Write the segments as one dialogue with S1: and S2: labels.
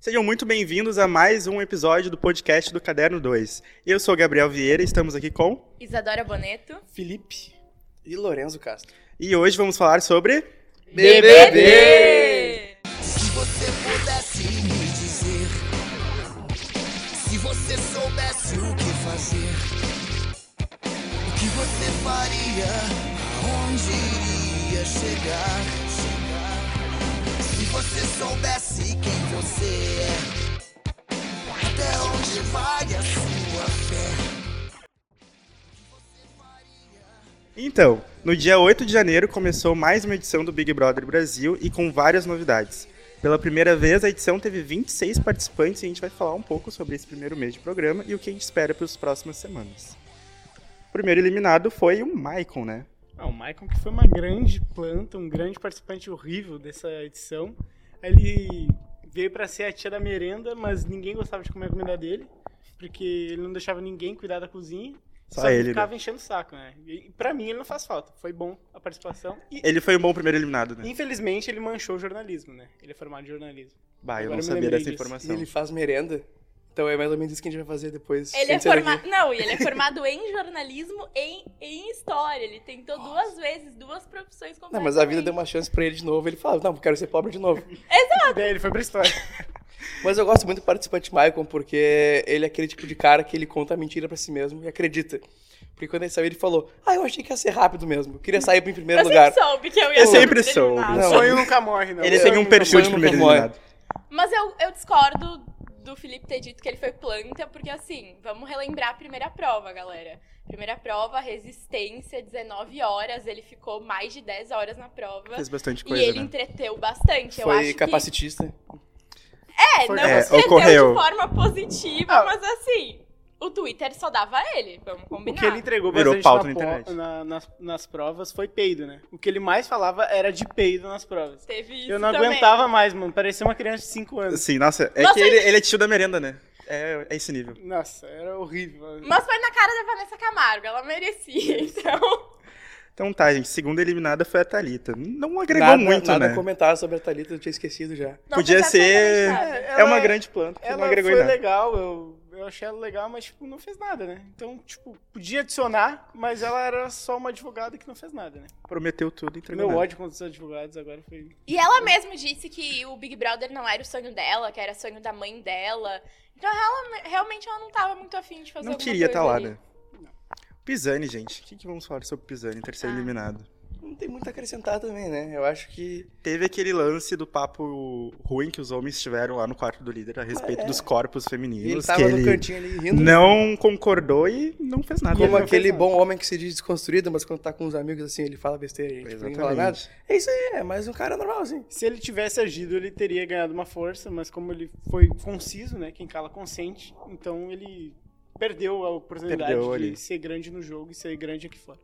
S1: Sejam muito bem-vindos a mais um episódio do podcast do Caderno 2. Eu sou o Gabriel Vieira e estamos aqui com.
S2: Isadora Boneto.
S3: Felipe e Lorenzo Castro.
S1: E hoje vamos falar sobre.
S2: BBB!
S4: Se você pudesse me dizer, se você soubesse o que fazer, o que você faria, aonde iria chegar, chegar? Se você soubesse quem você é, até onde vai a sua fé?
S1: Então, no dia 8 de janeiro começou mais uma edição do Big Brother Brasil e com várias novidades. Pela primeira vez, a edição teve 26 participantes e a gente vai falar um pouco sobre esse primeiro mês de programa e o que a gente espera para as próximas semanas. O primeiro eliminado foi o Maicon, né?
S5: Ah, o Maicon que foi uma grande planta, um grande participante horrível dessa edição. Ele veio pra ser a tia da merenda, mas ninguém gostava de comer a comida dele, porque ele não deixava ninguém cuidar da cozinha.
S1: Só
S5: Só,
S1: ele,
S5: ele ficava enchendo o saco, né? E pra mim ele não faz falta. Foi bom a participação. E
S1: Ele foi um bom primeiro eliminado, né?
S5: infelizmente ele manchou o jornalismo, né? Ele é formado em jornalismo.
S1: Bah, eu
S5: Agora
S1: não
S5: eu me
S1: sabia
S5: lembrei
S1: dessa
S5: disso.
S3: E
S1: informação.
S3: ele faz merenda. Então é mais ou menos isso que a gente vai fazer depois.
S2: Ele
S3: sem
S2: é
S3: ser daqui.
S2: formado. Não, e ele é formado em jornalismo e em, em história. Ele tentou duas vezes, duas profissões
S3: Não,
S2: completamente.
S3: mas a vida deu um uma chance pra ele de novo. Ele fala, não, quero ser pobre de novo.
S5: E daí ele foi pra história.
S3: Mas eu gosto muito do participante Michael, porque ele é aquele tipo de cara que ele conta a mentira pra si mesmo e acredita. Porque quando ele saiu, ele falou, ah, eu achei que ia ser rápido mesmo. Eu queria sair em primeiro
S2: Eu
S3: lugar.
S2: sempre soube que eu ia
S1: Eu
S2: ser
S1: sempre
S2: eliminada.
S1: soube.
S3: Não.
S5: Sonho nunca morre, não.
S1: Ele
S5: Sonho
S1: tem um
S5: nunca
S1: perfil
S5: morre.
S1: de
S3: não
S1: primeiro
S3: morre.
S1: eliminado.
S2: Mas eu, eu discordo do Felipe ter dito que ele foi planta, porque assim, vamos relembrar a primeira prova, galera. Primeira prova, resistência, 19 horas. Ele ficou mais de 10 horas na prova.
S1: Fez bastante
S2: E
S1: coisa,
S2: ele
S1: né?
S2: entreteu bastante. Eu acho
S3: Foi
S2: que-
S3: capacitista.
S2: É,
S5: Foi-
S2: não
S1: É,
S2: se ocorreu
S1: ocorreu.
S2: de forma positiva,
S5: Ah.
S2: mas assim, o Twitter só dava ele, vamos
S5: O que
S2: combinar.
S5: ele entregou
S1: Virou
S5: bastante
S1: pauta na
S5: na po-
S1: internet.
S5: na- nas, nas provas foi peido, né? O que ele mais falava era de peido nas provas.
S2: Teve isso
S5: Eu não
S2: também.
S5: aguentava mais, mano. Parecia uma criança de 5 anos.
S1: Sim, nossa, é
S2: Nossa,
S1: que ele, ele é tio da merenda, né? É, é esse nível.
S5: Nossa, era horrível.
S2: Mas foi na cara da Vanessa Camargo, ela merecia, então.
S1: Então tá, gente, segunda eliminada foi a Thalita. Não agregou
S3: Nada,
S1: muito,
S3: nada
S1: né?
S3: a comentar sobre a Thalita, eu tinha esquecido já.
S2: Não
S1: Podia
S2: fez
S1: ser-
S2: absolutamente nada.
S1: É uma grande planta, que
S5: Ela
S1: não agregou em
S5: foi
S1: nada.
S5: legal, eu, eu achei ela legal, mas, tipo, não fez nada, né? Então, tipo, podia adicionar, mas ela era só uma advogada que não fez nada, né?
S1: Prometeu tudo, entregou
S5: Meu
S1: nada.
S5: ódio contra os advogados agora foi...
S2: E ela mesma disse que o Big Brother não era o sonho dela, que era sonho da mãe dela. Então ela, realmente ela não tá tava muito afim de fazer
S1: Não
S2: alguma
S1: queria
S2: coisa
S1: estar lá,
S2: ali.
S1: né? Pisani, gente. O que, que vamos falar sobre Pisani, terceiro
S2: Ah.
S1: eliminado?
S3: Não tem muito a acrescentar também, né? Eu acho que
S1: Teve aquele lance do papo ruim que os homens tiveram lá no quarto do líder a respeito
S3: É.
S1: dos corpos
S3: ele
S1: femininos.
S3: tava
S1: que
S3: no
S1: ele
S3: cantinho ali rindo.
S1: não concordou e não fez nada.
S3: Como
S5: não fez
S3: aquele
S5: nada.
S3: bom homem que se diz desconstruído, mas quando tá com os amigos assim, ele fala besteira, gente. Tipo, ninguém fala nada.
S1: Exatamente.
S3: É isso aí, é mais um cara normal, assim.
S5: Se ele tivesse agido, ele teria ganhado uma força, mas como ele foi conciso, né? Quem cala consente, então ele perdeu a oportunidade
S1: Perdeu
S5: de
S1: ali.
S5: ser grande no jogo e ser grande aqui fora.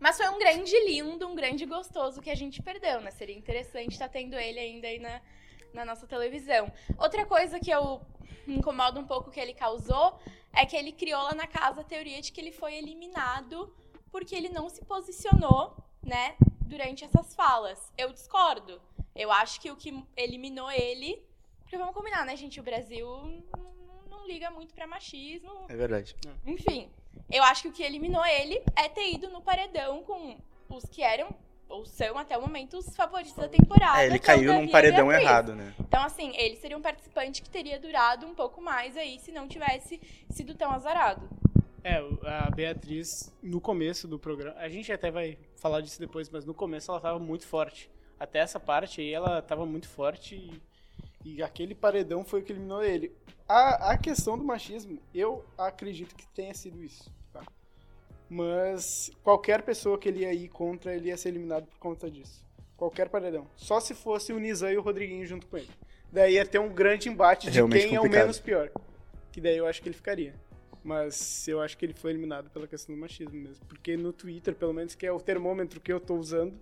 S2: Mas foi um grande lindo, um grande gostoso que a gente perdeu, né? Seria interessante estar tendo ele ainda aí na, na nossa televisão. Outra coisa que eu me incomodo um pouco que ele causou é que ele criou lá na casa a teoria de que ele foi eliminado porque ele não se posicionou, né, durante essas falas. Eu discordo. Eu acho que o que eliminou ele. Porque vamos combinar, né, gente? O Brasil não- não liga muito pra machismo.
S1: É verdade.
S2: Enfim, eu acho que o que eliminou ele é ter ido no paredão com os que eram, ou são até o momento, os favoritos da temporada.
S1: é, ele
S2: que é o
S1: caiu
S2: Davi e
S1: num
S2: a
S1: paredão
S2: Beatriz.
S1: errado, né?
S2: Então, assim, ele seria um participante que teria durado um pouco mais aí se não tivesse sido tão azarado.
S5: É, o- a Beatriz, no começo do programa, a gente até vai falar disso depois, mas no começo ela tava muito forte. Até essa parte aí ela tava muito forte e, e aquele paredão foi o que eliminou ele. A, a questão do machismo, eu acredito que tenha sido isso, tá? Mas qualquer pessoa que ele ia ir contra, ele ia ser eliminado por conta disso. Qualquer paredão. Só se fosse o Nizam e o Rodriguinho junto com ele. Daí ia ter um grande embate de
S1: Realmente
S5: quem é
S1: complicado.
S5: o menos pior. Que daí eu acho que ele ficaria. Mas eu acho que ele foi eliminado pela questão do machismo mesmo. Porque no Twitter, pelo menos, que é o termômetro que eu tô usando,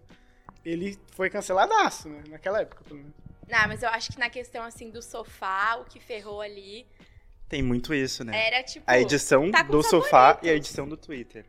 S5: ele foi canceladaço, né? Naquela época, pelo menos.
S2: Não, mas eu acho que na questão, assim, do sofá, o que ferrou ali
S1: Tem muito isso, né?
S2: era, tipo,
S1: A edição
S2: Tá com
S1: do sofá e a edição do Twitter.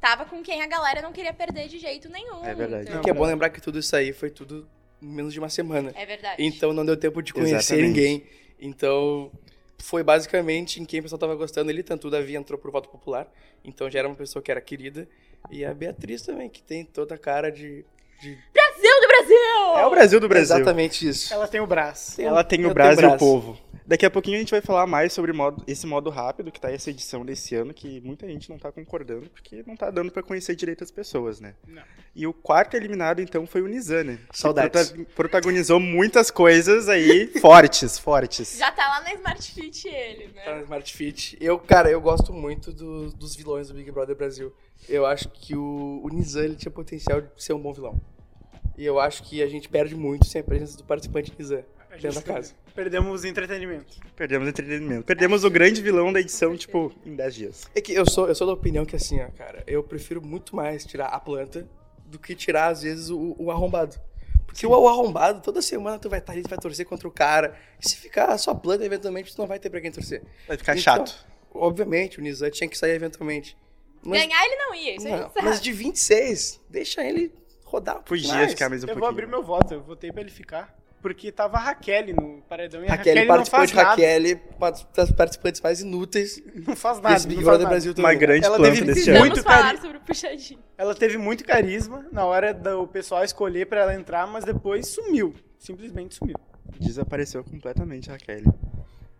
S2: tava com quem a galera não queria perder de jeito nenhum.
S1: É verdade.
S2: então-
S3: Que é bom lembrar que tudo isso aí foi tudo em menos de uma semana.
S2: É verdade.
S3: Então não deu tempo de conhecer
S1: Exatamente.
S3: ninguém. Então, foi basicamente em quem o pessoal tava gostando. Ele, tanto o Davi, entrou pro voto popular. Então já era uma pessoa que era querida. E a Beatriz também, que tem toda a cara de. de-
S2: Brasil do Brasil!
S1: É o Brasil do Brasil.
S3: Exatamente isso.
S5: Ela tem o braço.
S1: Ela tem
S3: Eu
S1: o
S3: tenho
S1: Brasil e o
S3: braço.
S1: povo. Daqui a pouquinho a gente vai falar mais sobre modo- esse modo rápido, que tá essa edição desse ano, que muita gente não tá concordando, porque não tá dando pra conhecer direito as pessoas, né?
S5: Não.
S1: E o quarto eliminado, então, foi o Nizane. que
S3: Saudades.
S1: prota- protagonizou muitas coisas aí fortes, fortes.
S2: Já tá lá na Smart Fit ele, né?
S3: Tá na Smart Fit. Eu, cara, eu gosto muito do- dos vilões do Big Brother Brasil. Eu acho que o, o Nizam ele tinha potencial de ser um bom vilão. E eu acho que a gente perde muito sem a presença do participante Nizam
S5: A
S3: dentro da casa.
S5: Perdemos entretenimento.
S1: Perdemos o entretenimento. Perdemos o grande vilão da edição, tipo, em 10 dias.
S3: É que eu sou, eu sou da opinião que assim, ó, cara, eu prefiro muito mais tirar a planta do que tirar, às vezes, o, o arrombado. Porque o, o arrombado, toda semana tu vai estar ali, tu vai torcer contra o cara. E se ficar só a planta, eventualmente tu não vai ter pra quem torcer.
S1: Vai ficar
S3: Então,
S1: chato.
S3: Obviamente, o Nizam tinha que sair eventualmente. Mas,
S2: Ganhar ele não ia, isso a
S3: não,
S2: gente sabe.
S3: mas de 26, deixa ele rodar. por
S1: Podia
S3: trás.
S1: ficar mais um
S5: eu vou
S1: pouquinho.
S5: abrir meu voto, eu votei pra ele ficar. Porque tava a Raquel no paredão e a
S3: Raquel,
S5: Raquel não
S3: participou
S5: faz
S3: de
S5: nada.
S3: Raquel, uma das participantes mais inúteis
S5: Não faz nada.
S3: desse Big
S5: não faz
S3: Brother
S5: nada.
S3: Brasil um
S1: Uma
S3: também.
S1: grande
S5: Ela
S1: planta
S5: teve
S1: desse
S5: visão.
S1: ano.
S2: Vamos
S5: muito
S2: falar
S5: cari-
S2: sobre o puxadinho.
S5: Ela teve muito carisma na hora do pessoal escolher pra ela entrar, mas depois sumiu. Simplesmente sumiu.
S1: Desapareceu completamente a Raquel.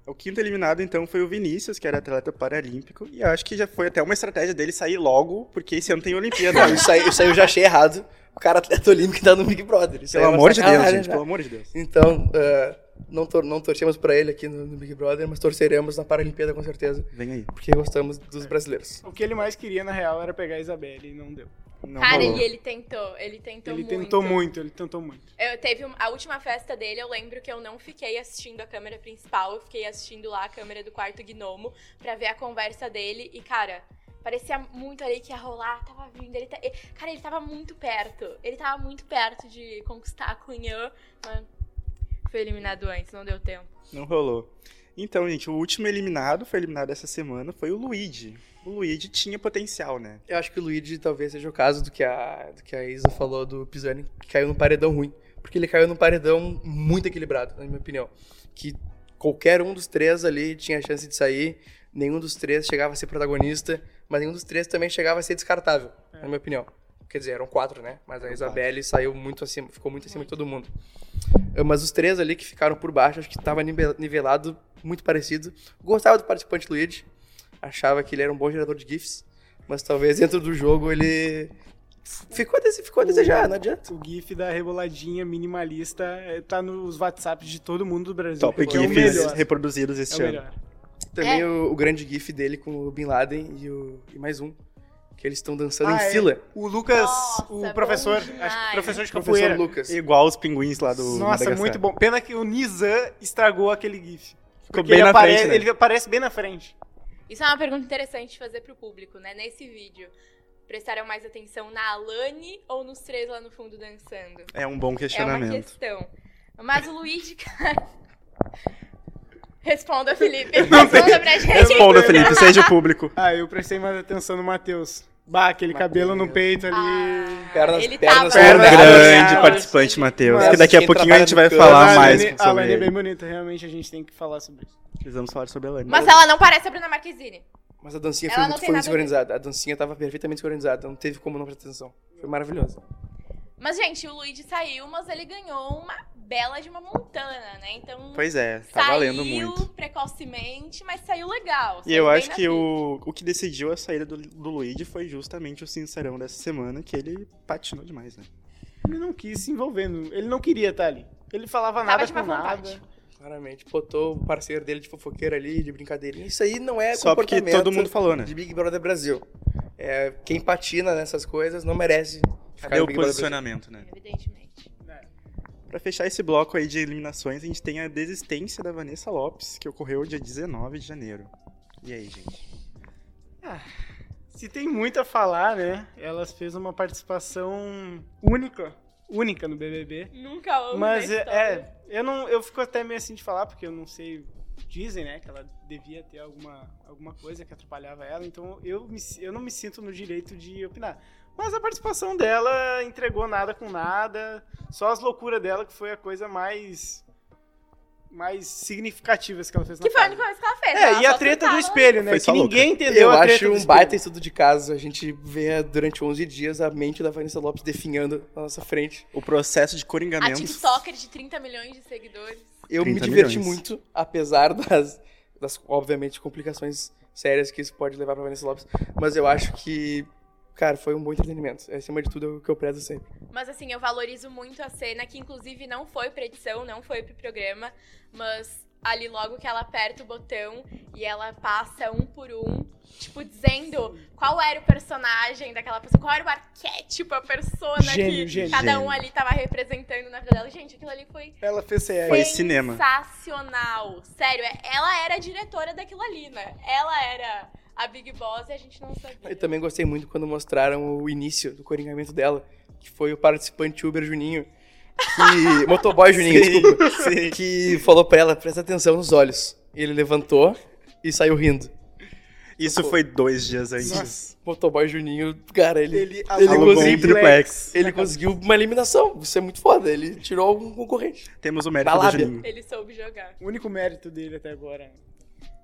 S1: O quinto eliminado, então, foi o Vinícius, que era atleta paralímpico. E eu acho que já foi até uma estratégia dele sair logo, porque esse ano tem Olimpíada. né?
S3: Não, isso aí, isso aí eu já achei errado. O cara atleta olímpico tá no Big Brother. Isso aí
S1: pelo
S3: é uma
S1: amor de Deus,
S3: sacanagem,
S1: gente.
S5: né?
S3: já.
S1: Pelo amor de Deus.
S3: Então, eh, não, tor não torcemos pra ele aqui no, no Big Brother, mas torceremos na Paralimpíada com certeza,
S1: Vem aí.
S3: porque gostamos dos brasileiros.
S5: O que ele mais queria, na real, era pegar a Isabelle e não deu.
S1: Não
S2: Cara,
S1: rolou.
S2: e ele tentou, ele tentou
S5: ele
S2: muito.
S5: tentou muito, ele tentou muito.
S2: Eu teve um- a última festa dele, eu lembro que eu não fiquei assistindo a câmera principal, eu fiquei assistindo lá a câmera do quarto gnomo pra ver a conversa dele e cara, parecia muito ali que ia rolar, tava vindo, ele tá- e- cara, ele tava muito perto. Ele tava muito perto de conquistar a Cunhã, mas foi eliminado antes, não deu tempo.
S1: Não rolou. Então, gente, o último eliminado, foi eliminado essa semana, foi o Luigi. O Luigi tinha potencial, né?
S3: Eu acho que o Luigi talvez seja o caso do que a, do que a Isa falou do Pisani, que caiu num paredão ruim. Porque ele caiu num paredão muito equilibrado, na minha opinião. Que qualquer um dos três ali tinha chance de sair, nenhum dos três chegava a ser protagonista, mas nenhum dos três também chegava a ser descartável, na minha opinião. Quer dizer, eram quatro, né? Mas a Isabelle saiu muito acima, ficou muito acima de todo mundo. Eh, Mas os três ali que ficaram por baixo, acho que tava nive- nivelado, muito parecido. Gostava do participante Luigi, achava que ele era um bom gerador de GIFs, mas talvez dentro do jogo ele ficou a, dese- ficou a desejar, não adianta.
S5: O GIF da reboladinha minimalista eh, tá nos WhatsApps de todo mundo do Brasil.
S1: Top
S5: que é o
S1: GIFs
S5: melhor.
S1: um reproduzidos
S5: É o
S1: este ano.
S5: melhor.
S3: Também
S2: É.
S3: o, o grande GIF dele com o Bin Laden e, o, e mais um, que eles estão dançando
S5: Ah,
S3: em
S5: é.
S3: fila.
S5: O Lucas,
S2: Nossa,
S5: o
S2: bom
S5: professor,
S2: demais.
S5: acho que professor de capoeira.
S3: Professor Lucas.
S1: Igual os pinguins lá do
S5: Nossa,
S1: Madagascar.
S5: muito bom. Pena que o Nizam estragou aquele GIF.
S1: Ficou
S5: Porque
S1: bem
S5: ele
S1: na
S5: apare-
S1: frente, né?
S5: Ele aparece bem na frente.
S2: Isso é uma pergunta interessante de fazer pro público, né? Nesse vídeo, prestaram mais atenção na Alane ou nos três lá no fundo dançando?
S1: É um bom
S2: É uma
S1: questionamento.
S2: questão. Mas o Luigi, cara. Responda, Felipe.
S1: Não sei.
S2: Responda pra gente.
S1: Responda, né, Felipe, seja o público.
S5: Ah, eu prestei mais atenção no Matheus. Bah, aquele
S3: Matheus.
S5: cabelo no peito ali.
S2: Ah,
S3: Pernas-
S2: ele
S3: pernas
S2: tava.
S5: pernas-
S1: Grande
S5: Matheus.
S1: participante, Matheus.
S3: Matheus,
S1: Que daqui a
S3: quem
S1: pouquinho a gente vai
S3: trabalha no
S1: falar
S5: a
S1: mais
S5: Lani- A Lani
S1: sobre
S5: é bem
S1: ele.
S5: bonita, realmente a gente tem que falar sobre isso.
S1: Ah, Precisamos falar sobre a Lani.
S2: Mas ela não parece a Bruna Marquezine.
S3: Mas a dancinha
S2: Ela
S3: foi
S2: não
S3: muito,
S2: tem
S3: foi muito
S2: nada a ver.
S3: organizada. A dancinha tava perfeitamente organizada, não teve como não prestar atenção. Foi maravilhoso.
S2: Mas, gente, o Luigi saiu, mas ele ganhou uma bela de uma montana, né? Então.
S1: Pois é, tá
S2: saiu
S1: valendo muito.
S2: precocemente, mas saiu legal.
S1: E
S2: saiu
S1: eu
S2: bem
S1: acho
S2: na
S1: que
S2: vida.
S1: o, o que decidiu a saída do, do Luigi foi justamente o sincerão dessa semana, que ele patinou demais, né?
S5: Ele não quis se envolver, não- ele não queria estar ali. Ele falava
S2: Tava
S5: nada
S2: de
S5: com
S2: má
S5: nada.
S2: vontade.
S3: Claramente, botou o parceiro dele de fofoqueiro ali, de brincadeirinha. Isso aí não é
S1: Só porque
S3: comportamento
S1: todo mundo falou, né?
S3: de Big Brother Brasil. É, quem patina nessas coisas não merece ficar
S1: Cadê
S3: no
S1: o
S3: Big Brother Brasil.
S1: posicionamento, né?
S2: Evidentemente.
S1: Pra fechar esse bloco aí de eliminações, a gente tem a desistência da Vanessa Lopes, que ocorreu dia 19 de janeiro. E aí, gente?
S5: Se tem muito a falar, né? Ela fez uma participação única, única no BBB.
S2: Nunca houve.
S5: Mas
S2: na
S5: é,
S2: história.
S5: é, eu não, eu fico até meio assim de falar porque eu não sei, dizem, né, que ela devia ter alguma alguma coisa que atrapalhava ela, então eu me, si- eu não me sinto no direito de opinar. Mas a participação dela entregou nada com nada, só as loucuras dela que foi a coisa mais mais significativas que ela fez na
S2: Que foi a
S5: casa.
S2: única coisa que ela fez.
S5: É,
S2: ela
S5: e a
S2: só
S5: treta do
S2: tentava-
S5: espelho, né?
S1: Foi
S5: que
S1: só louca.
S5: ninguém entendeu
S3: Eu
S5: a treta
S3: acho
S5: do
S3: um
S5: espelho.
S3: baita estudo de caso. A gente vê durante 11 dias a mente da Vanessa Lopes definhando na nossa frente.
S1: O processo de
S2: A
S1: coringamento.
S2: TikToker de 30 milhões de seguidores.
S3: Eu me
S1: 30
S3: diverti
S1: milhões.
S3: muito, apesar das, das, obviamente, complicações sérias que isso pode levar pra Vanessa Lopes. Mas eu acho que, cara, foi um bom entretenimento. Acima de tudo, é o que eu prezo sempre.
S2: Mas assim, eu valorizo muito a cena, que inclusive não foi pra edição, não foi pro programa, mas ali logo que ela aperta o botão e ela passa um por um, tipo, dizendo qual era o personagem daquela pessoa, qual era o arquétipo, a persona
S5: Gênio,
S2: que
S5: gênio.
S2: cada um
S1: Gênio.
S2: ali tava representando na vida dela. Gente, aquilo ali foi
S5: Ela fez CR.
S1: Foi cinema.
S2: sensacional. Sério, é- ela era a diretora daquilo ali, né? Ela era a Big Boss e a gente não sabia.
S3: Eu também gostei muito quando mostraram o início do coringamento dela, que foi o participante Uber Juninho. Que, motoboy Juninho,
S1: Sim,
S3: desculpa.
S1: sim.
S3: que falou pra ela, presta atenção nos olhos. Ele levantou e saiu rindo.
S1: Isso foi dois dias antes.
S5: Nossa.
S3: Motoboy Juninho, cara, ele, ele,
S5: Ele
S1: Alugou
S3: conseguiu-
S1: um triplex.
S3: conseguiu uma eliminação. Isso é muito foda. Ele tirou um concorrente.
S1: Temos o mérito do
S3: Balada.
S1: Juninho.
S2: Ele soube jogar.
S5: é, O único mérito dele até agora.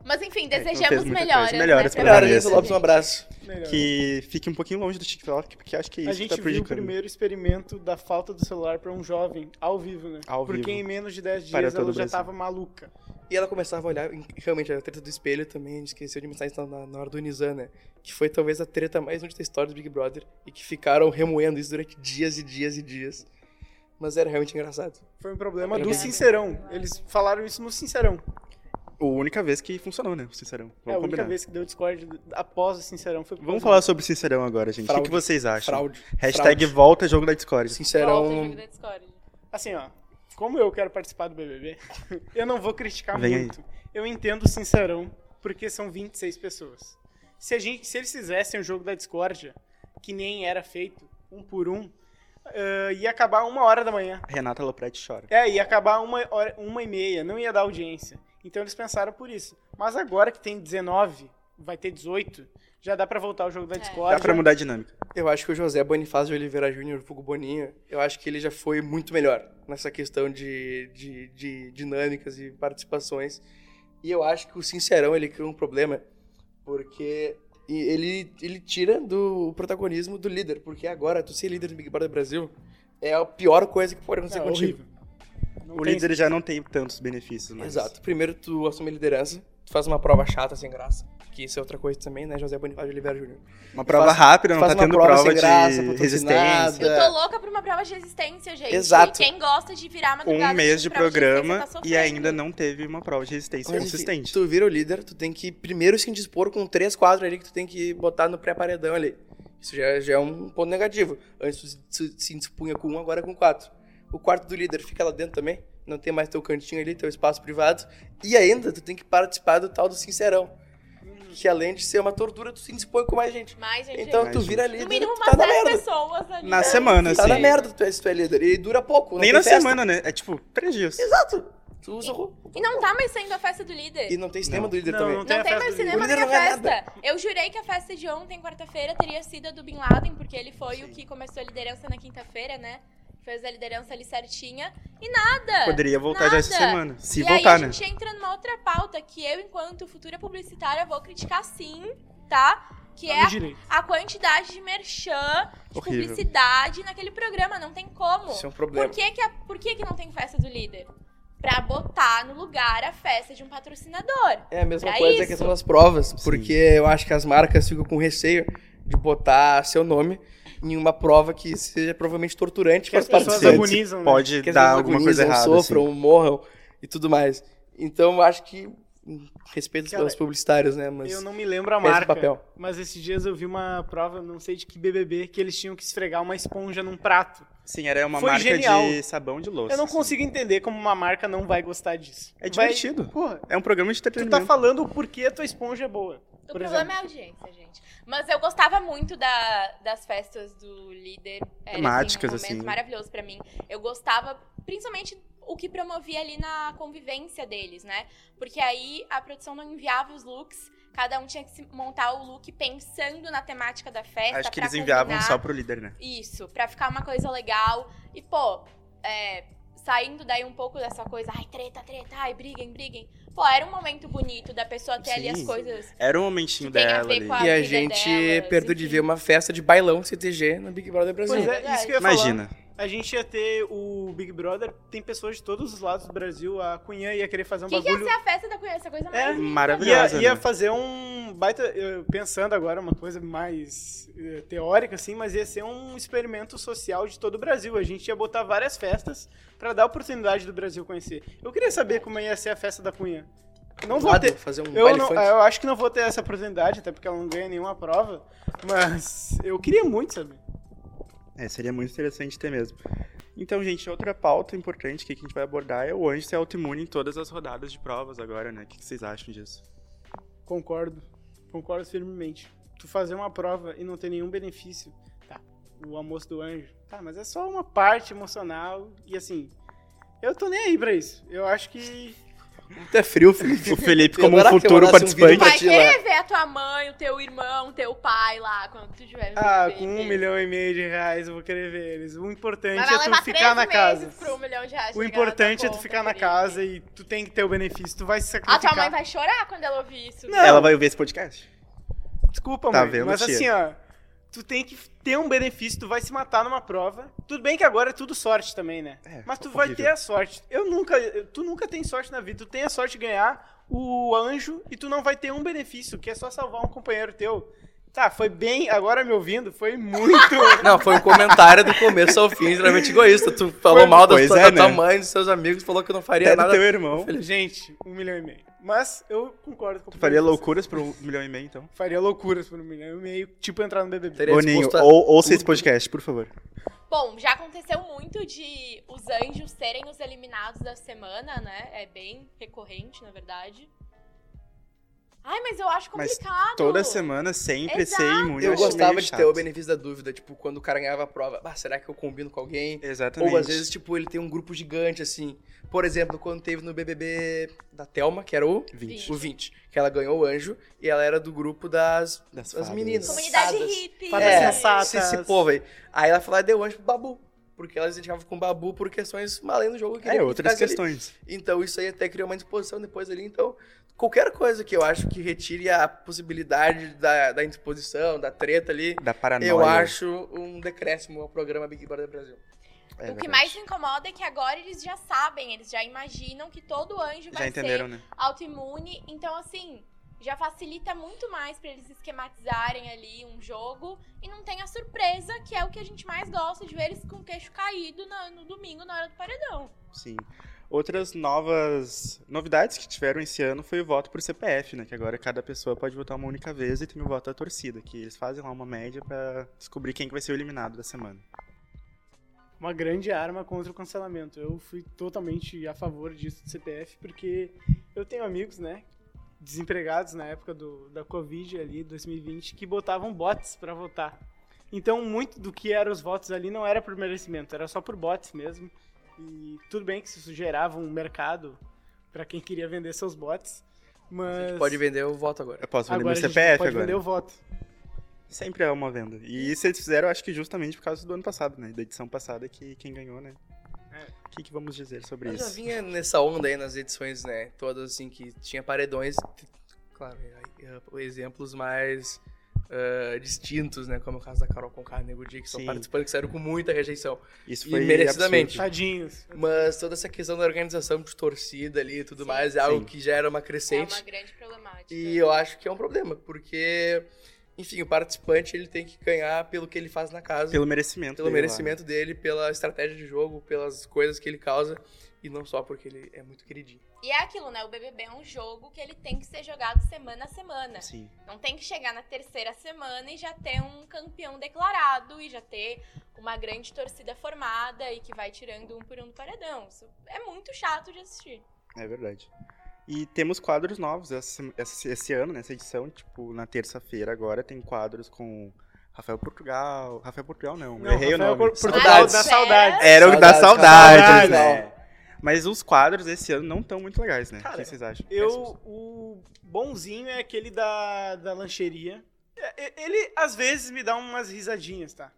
S2: Mas enfim,
S1: É, que não
S2: desejamos
S1: fez muita coisa.
S2: melhoras.
S1: Melhoras pra
S2: né, pra
S3: Cara,
S1: Vanessa.
S3: Vanessa Lopes, um abraço.
S5: Melhor.
S1: Que fique um pouquinho longe do TikTok, porque acho que é isso
S5: a
S1: que
S5: gente
S1: tá
S5: viu o
S1: prejudicando.
S5: primeiro experimento da falta do celular pra um jovem, ao vivo, né?
S1: Ao
S5: Porque
S1: vivo.
S5: em menos de 10
S1: Para
S5: dias
S1: todo
S5: ela
S1: o
S5: já
S1: Brasil.
S5: tava maluca.
S3: E ela começava a olhar, e realmente, a treta do espelho também, a gente esqueceu de mencionar isso na, na hora do Nizam, né? Que foi talvez a treta mais longe da história do Big Brother e que ficaram remoendo isso durante dias e dias e dias. Mas era realmente engraçado.
S5: Foi um problema do
S3: Obrigado.
S5: Sincerão. Eles falaram isso no Sincerão.
S1: A única vez que funcionou, né? O Sincerão. Vamos
S5: é a única
S1: combinar.
S5: vez que deu Discord após o Sincerão. Foi por
S1: Vamos falar
S5: causa
S1: sobre o Sincerão agora, gente. O
S3: Fraude.
S1: que que vocês acham?
S3: Fraude.
S1: Hashtag
S3: Fraude.
S1: volta jogo da Discord.
S2: Volta,
S3: Sincerão.
S2: jogo da Discord.
S5: do- Assim, ó. Como eu quero participar do BBB, eu não vou criticar
S1: Vem aí.
S5: muito. Eu entendo o Sincerão, porque são 26 pessoas. Se, a gente, se eles fizessem o jogo da discórdia, que nem era feito, um por um, ah, ia acabar uma hora da manhã.
S1: Renata Lopretti chora.
S5: É, ia acabar uma, hora, uma e meia, não ia dar audiência. Então eles pensaram por isso. Mas agora que tem 19, vai ter 18, já dá pra voltar o jogo da
S2: É.
S5: Discord.
S1: Dá pra mudar a dinâmica.
S3: Eu acho que o José Bonifácio de Oliveira Júnior, Fugo Boninho, eu acho que ele já foi muito melhor nessa questão de, de, de dinâmicas e participações. E eu acho que o Sincerão, ele cria um problema, porque e- ele, ele tira do o protagonismo do líder, porque agora, tu ser líder do Big Brother Brasil é a pior coisa que pode acontecer
S5: Não, é
S3: contigo.
S5: horrível. Não
S1: O
S5: tem
S1: líder já não tem tantos benefícios, mas...
S3: Exato. Primeiro tu assume a liderança, tu faz uma prova chata, sem graça, que isso é outra coisa também, né, José Bonifácio de Oliveira Júnior.
S1: Uma prova
S3: Faz-
S1: rápida, não
S3: faz
S1: tá
S3: uma
S1: tendo
S3: prova
S1: prova,
S3: sem
S1: de
S3: graça, patrocinada.
S1: resistência.
S2: Eu tô louca pra uma prova de resistência, gente.
S3: Exato.
S2: E quem gosta de virar madrugada
S1: Um mês de
S2: assistindo prova
S1: programa
S2: resistência tá
S1: e
S2: sofrendo.
S1: ainda não teve uma prova de resistência
S3: Mas, enfim,
S1: consistente.
S3: é Tu vira o líder, tu tem que primeiro se indispor com três, quatro ali que tu tem que botar no pré-paredão ali. Isso já, já é um ponto negativo. Antes tu se- tu se indispunha com um, agora é com quatro. O quarto do líder fica lá dentro também, não tem mais teu cantinho ali, teu espaço privado. E ainda tu tem que participar do tal do sincerão. Que além de ser uma tortura, tu se indispõe com mais gente.
S2: Mais, gente.
S3: Então
S1: Mais
S3: tu
S1: gente.
S3: vira
S2: no
S3: líder,
S2: mínimo assim.
S3: tu
S2: umas
S3: tá na
S2: 10
S3: merda.
S2: pessoas ali.
S1: Na semana,
S3: Tá na
S1: assim.
S3: merda tu é- se tu é líder. E dura pouco. não
S1: Nem
S3: tem
S1: na
S3: festa.
S1: semana, né? É tipo, três dias.
S3: Exato. Tu usa o...
S2: E não tá mais sendo a festa do líder.
S3: E não tem cinema
S1: Não.
S3: do líder
S5: Não,
S3: também.
S5: não
S2: Não,
S5: a
S2: tem
S5: festa
S2: mais
S5: do
S2: cinema
S3: líder.
S2: nem a
S3: O líder não ganha
S2: festa. Eu jurei que a festa de ontem, quarta-feira, teria sido a do Bin Laden, porque ele foi o que começou a liderança na quinta-feira, né? Fez a liderança ali certinha. E nada!
S1: Poderia voltar já essa
S2: É, Nada.
S1: semana. Se
S2: e
S1: voltar,
S2: aí a
S1: né?
S2: gente entra numa outra pauta que eu, enquanto futura publicitária, vou criticar sim, tá? Que é
S5: Tá no
S2: a,
S5: direito.
S2: a quantidade de merchan, de
S1: Horrível.
S2: publicidade naquele programa. Não tem como.
S3: Isso é um
S2: Por
S3: problema.
S2: que, que, a- por que, que não tem festa do líder? Pra botar no lugar a festa de um patrocinador.
S3: É a mesma
S2: Pra
S3: coisa a
S2: isso.
S3: questão das provas, porque eu acho que as marcas ficam com receio de botar seu nome em uma prova que seja provavelmente torturante
S5: Que
S3: para
S5: as
S3: os
S5: pessoas
S3: participantes.
S1: Sim,
S5: agonizam, né?
S1: Pode
S3: Que as
S1: dar
S3: pessoas
S1: alguma
S5: um
S1: coisa
S3: agonizam,
S1: errada. assim.
S3: sofram, morram e tudo mais. Então eu acho que hum, respeito
S5: Cara,
S3: aos publicitários, né, mas
S5: Eu não me lembro a
S3: Fez o
S5: marca,
S3: papel.
S5: mas esses dias eu vi uma prova, não sei de que BBB, que eles tinham que esfregar uma esponja num prato.
S1: assim. Sim, era uma
S5: Foi
S1: marca
S5: genial.
S1: de sabão de louça.
S5: eu não
S1: assim.
S5: consigo entender como uma marca não vai gostar disso.
S1: É
S5: Vai-
S1: divertido.
S5: Porra,
S1: É um programa de
S5: tu tá
S1: entretenimento.
S5: falando o porquê a tua esponja é boa.
S2: O
S5: por
S2: problema
S5: exemplo.
S2: é a audiência, gente. Mas eu gostava muito da- das festas do líder. Era,
S1: Temáticas,
S2: assim. um
S1: assim.
S2: momento Maravilhoso pra mim. Eu gostava, principalmente, o que promovia ali na convivência deles, né? Porque aí a produção não enviava os looks. Cada um tinha que se montar o look pensando na temática da festa.
S1: Acho que
S2: pra
S1: eles enviavam
S2: combinar.
S1: só pro líder, né?
S2: Isso, pra ficar uma coisa legal. E, pô, é, saindo daí um pouco dessa coisa, ai, treta, treta, ai, briguem, briguem. Pô, era um momento bonito da pessoa ter ali as
S1: Sim.
S2: coisas.
S1: Era um momentinho
S2: Que tem a
S1: dela
S2: ver
S1: ali.
S2: com a-
S3: E a
S2: vida
S3: gente
S2: delas,
S3: perdeu de
S2: enfim.
S3: ver uma festa de bailão CTG no Big Brother Brasil.
S5: Pois é,
S2: verdade.
S5: isso que eu ia falar.
S1: Imagina.
S5: A gente ia ter o Big Brother, tem pessoas de todos os lados do Brasil, a Cunha ia querer fazer
S2: O
S5: um
S2: que, que ia
S5: bagulho... É,
S2: ser a festa da Cunha? Essa coisa mais. linda.
S1: Maravilhosa.
S5: Ia, ia
S1: né?
S5: fazer um baita. eu- Pensando agora uma coisa mais eh, teórica, assim, mas ia ser um experimento social de todo o Brasil. A gente ia botar várias festas pra dar a oportunidade do Brasil conhecer. Eu queria saber como ia ser a festa da Cunha. Não vou
S3: Lado,
S5: ter.
S3: Fazer um
S5: Eu,
S3: baile
S5: não- é,
S3: funk.
S5: eu acho que não vou ter essa oportunidade, até porque ela não ganha nenhuma prova. Mas eu queria muito saber.
S1: É, seria muito interessante ter mesmo. Então, gente, outra pauta importante que a gente vai abordar é o anjo ser autoimune em todas as rodadas de provas agora, né? O que que vocês acham disso?
S5: Concordo. Concordo firmemente. Tu fazer uma prova e não ter nenhum benefício, tá? O almoço do anjo, tá? Mas é só uma parte emocional e assim. Eu tô nem aí pra isso. Eu acho que.
S3: Tá frio, Felipe.
S1: O Felipe,
S3: Eu
S1: como um
S3: adorava que eu
S1: futuro
S3: mandasse um
S1: participante.
S3: vídeo pra
S2: Vai
S3: ti lá.
S2: querer ver a tua mãe, o teu irmão, o teu pai lá, quando tu tiver.
S5: Ah,
S2: bebê.
S5: com um milhão e meio de reais eu vou querer ver eles. O importante
S2: Mas vai
S5: é
S2: levar
S5: tu ficar
S2: três
S5: na
S2: meses
S5: casa.
S2: Pro um milhão de reais
S5: O
S2: chegar na
S5: importante é tu
S2: conta,
S5: ficar na
S2: querido.
S5: casa e tu tem que ter o benefício. Tu vai se
S2: tá A
S5: sacrificar.
S2: tua mãe vai chorar quando ela ouvir isso.
S5: Não,
S1: Ela vai ouvir esse podcast?
S5: Desculpa,
S1: Tá
S5: mãe,
S1: vendo,
S5: mas
S1: tia?
S5: assim, ó, tu tem que ter um benefício, tu vai se matar numa prova. Tudo bem que agora é tudo sorte também, né?
S1: É,
S5: mas tu
S1: horrível.
S5: vai ter a sorte. Eu nunca, eu- tu nunca tem sorte na vida. Tu tem a sorte de ganhar o anjo e tu não vai ter um benefício, que é só salvar um companheiro teu. Tá, foi bem, agora me ouvindo, foi muito.
S3: Não, foi um comentário do começo ao fim, geralmente egoísta. Tu falou mal da
S1: Pois
S3: tua,
S1: é,
S3: da tua
S1: né?
S3: mãe, dos seus amigos, falou que não faria
S1: Até do
S3: nada.
S1: teu irmão.
S5: Gente, um milhão e meio. Mas eu concordo com
S1: Tu faria loucuras por um milhão e meio, então?
S5: Faria loucuras por um milhão e meio, tipo entrar no BBB.
S3: Teria
S1: Boninho,
S3: disposto a-
S1: ou, ouça esse podcast, por favor.
S2: Bom, já aconteceu muito de os anjos serem os eliminados da semana, né? É bem recorrente, na verdade. Ai, mas eu acho
S1: Mas
S2: complicado.
S1: Toda semana, sempre,
S2: Exato.
S1: ser imune.
S3: Eu
S1: acho
S3: gostava
S1: meio
S3: de
S1: chato.
S3: ter o benefício da dúvida, tipo, quando o cara ganhava a prova, ah, será que eu combino com alguém?
S1: Exatamente.
S3: Ou às vezes, tipo, ele tem um grupo gigante, assim. Por exemplo, quando teve no BBB da Thelma, que era o
S1: 20.
S3: o 20, que ela ganhou o anjo e ela era do grupo das,
S1: Das
S3: das
S1: fadas.
S3: meninas.
S2: Comunidade
S3: Sadas.
S2: hippie.
S5: Fadas
S3: É,
S5: sensatas.
S3: esse, esse povo aí. Aí ela falou, "Ah, deu anjo pro Babu. Porque ela se identificava com o Babu por questões além do jogo. que
S1: É,
S3: ele
S1: outras
S3: ficasse ali.
S1: questões.
S3: Então isso aí até criou uma disposição depois ali. Então, qualquer coisa que eu acho que retire a possibilidade da, da indisposição, da treta ali,
S1: Da paranoia.
S3: eu acho um decréscimo ao programa Big Brother Brasil.
S1: É
S2: o que
S1: verdade.
S2: mais me incomoda é que agora eles já sabem, eles já imaginam que todo anjo
S1: Já
S2: vai
S1: entenderam,
S2: ser
S1: né?
S2: autoimune. Então, assim, já facilita muito mais pra eles esquematizarem ali um jogo e não tem a surpresa, que é o que a gente mais gosta de ver eles com o queixo caído na- no domingo na hora do paredão.
S1: Sim. Outras novas novidades que tiveram esse ano foi o voto por CPF, né? Que agora cada pessoa pode votar uma única vez e tem o voto da torcida, que eles fazem lá uma média pra descobrir quem que vai ser o eliminado da semana.
S5: uma grande arma contra o cancelamento. Eu fui totalmente a favor disso do CPF, porque eu tenho amigos, né? Desempregados na época do, da Covid ali, 2020, que botavam bots pra votar. Então, muito do que eram os votos ali não era por merecimento, era só por bots mesmo. E tudo bem que isso gerava um mercado pra quem queria vender seus bots,
S3: A
S5: mas.
S3: gente pode vender o voto agora.
S1: Eu posso vender
S5: Agora a
S1: meu
S5: gente
S1: CPF
S5: pode
S1: agora.
S5: vender o voto.
S1: Sempre é uma venda. E isso eles fizeram, acho que justamente por causa do ano passado, né? Da edição passada que quem ganhou, né?
S5: É.
S1: O que, que vamos dizer sobre
S3: Eu já
S1: isso?
S3: vinha nessa onda aí nas edições, né? Todas assim que tinha paredões, t- claro, é, é, exemplos mais ah, distintos, né? Como é o caso da Carol Conká e Nego Di, que são
S1: Sim.
S3: participantes que saíram com muita rejeição.
S1: Isso
S3: E
S1: foi
S3: merecidamente.
S1: absurdo.
S5: Tadinhos.
S3: Mas toda essa questão da organização de torcida ali e tudo
S2: Sim.
S3: mais é algo
S1: Sim.
S3: que já era uma
S2: É
S3: crescente.
S2: uma grande problemática.
S3: E eu acho que é um problema, porque, enfim, o participante ele tem que ganhar pelo que ele faz na casa, pelo,
S1: Pelo merecimento. dele lá, né?
S3: merecimento dele, pela estratégia de jogo, pelas coisas que ele causa, e não só porque ele é muito queridinho.
S2: E é aquilo, né? O BBB é um jogo que ele tem que ser jogado semana a
S3: É.
S2: semana.
S1: Sim.
S2: Não tem que chegar na terceira semana e já ter um campeão declarado e já ter uma grande torcida formada e que vai tirando um por um do paredão. Isso é muito chato de assistir.
S1: É verdade. E temos quadros novos essa sema- essa- esse ano, nessa edição. Tipo, na terça-feira agora tem quadros com Rafael Portugal. Rafael Portugal não,
S5: Não,
S1: errei
S5: Rafael
S1: o nome. É.
S5: Por- Portugal
S3: Saudades.
S5: da saudade.
S1: Era o da
S3: Saudades,
S1: saudade, né?
S3: saudades.
S1: Mas os quadros esse ano não estão muito legais, né?
S5: Cara,
S1: o que vocês acham?
S5: Eu, o bonzinho é aquele da, da lancheria. É, e- Ele, às vezes, me dá umas risadinhas, tá?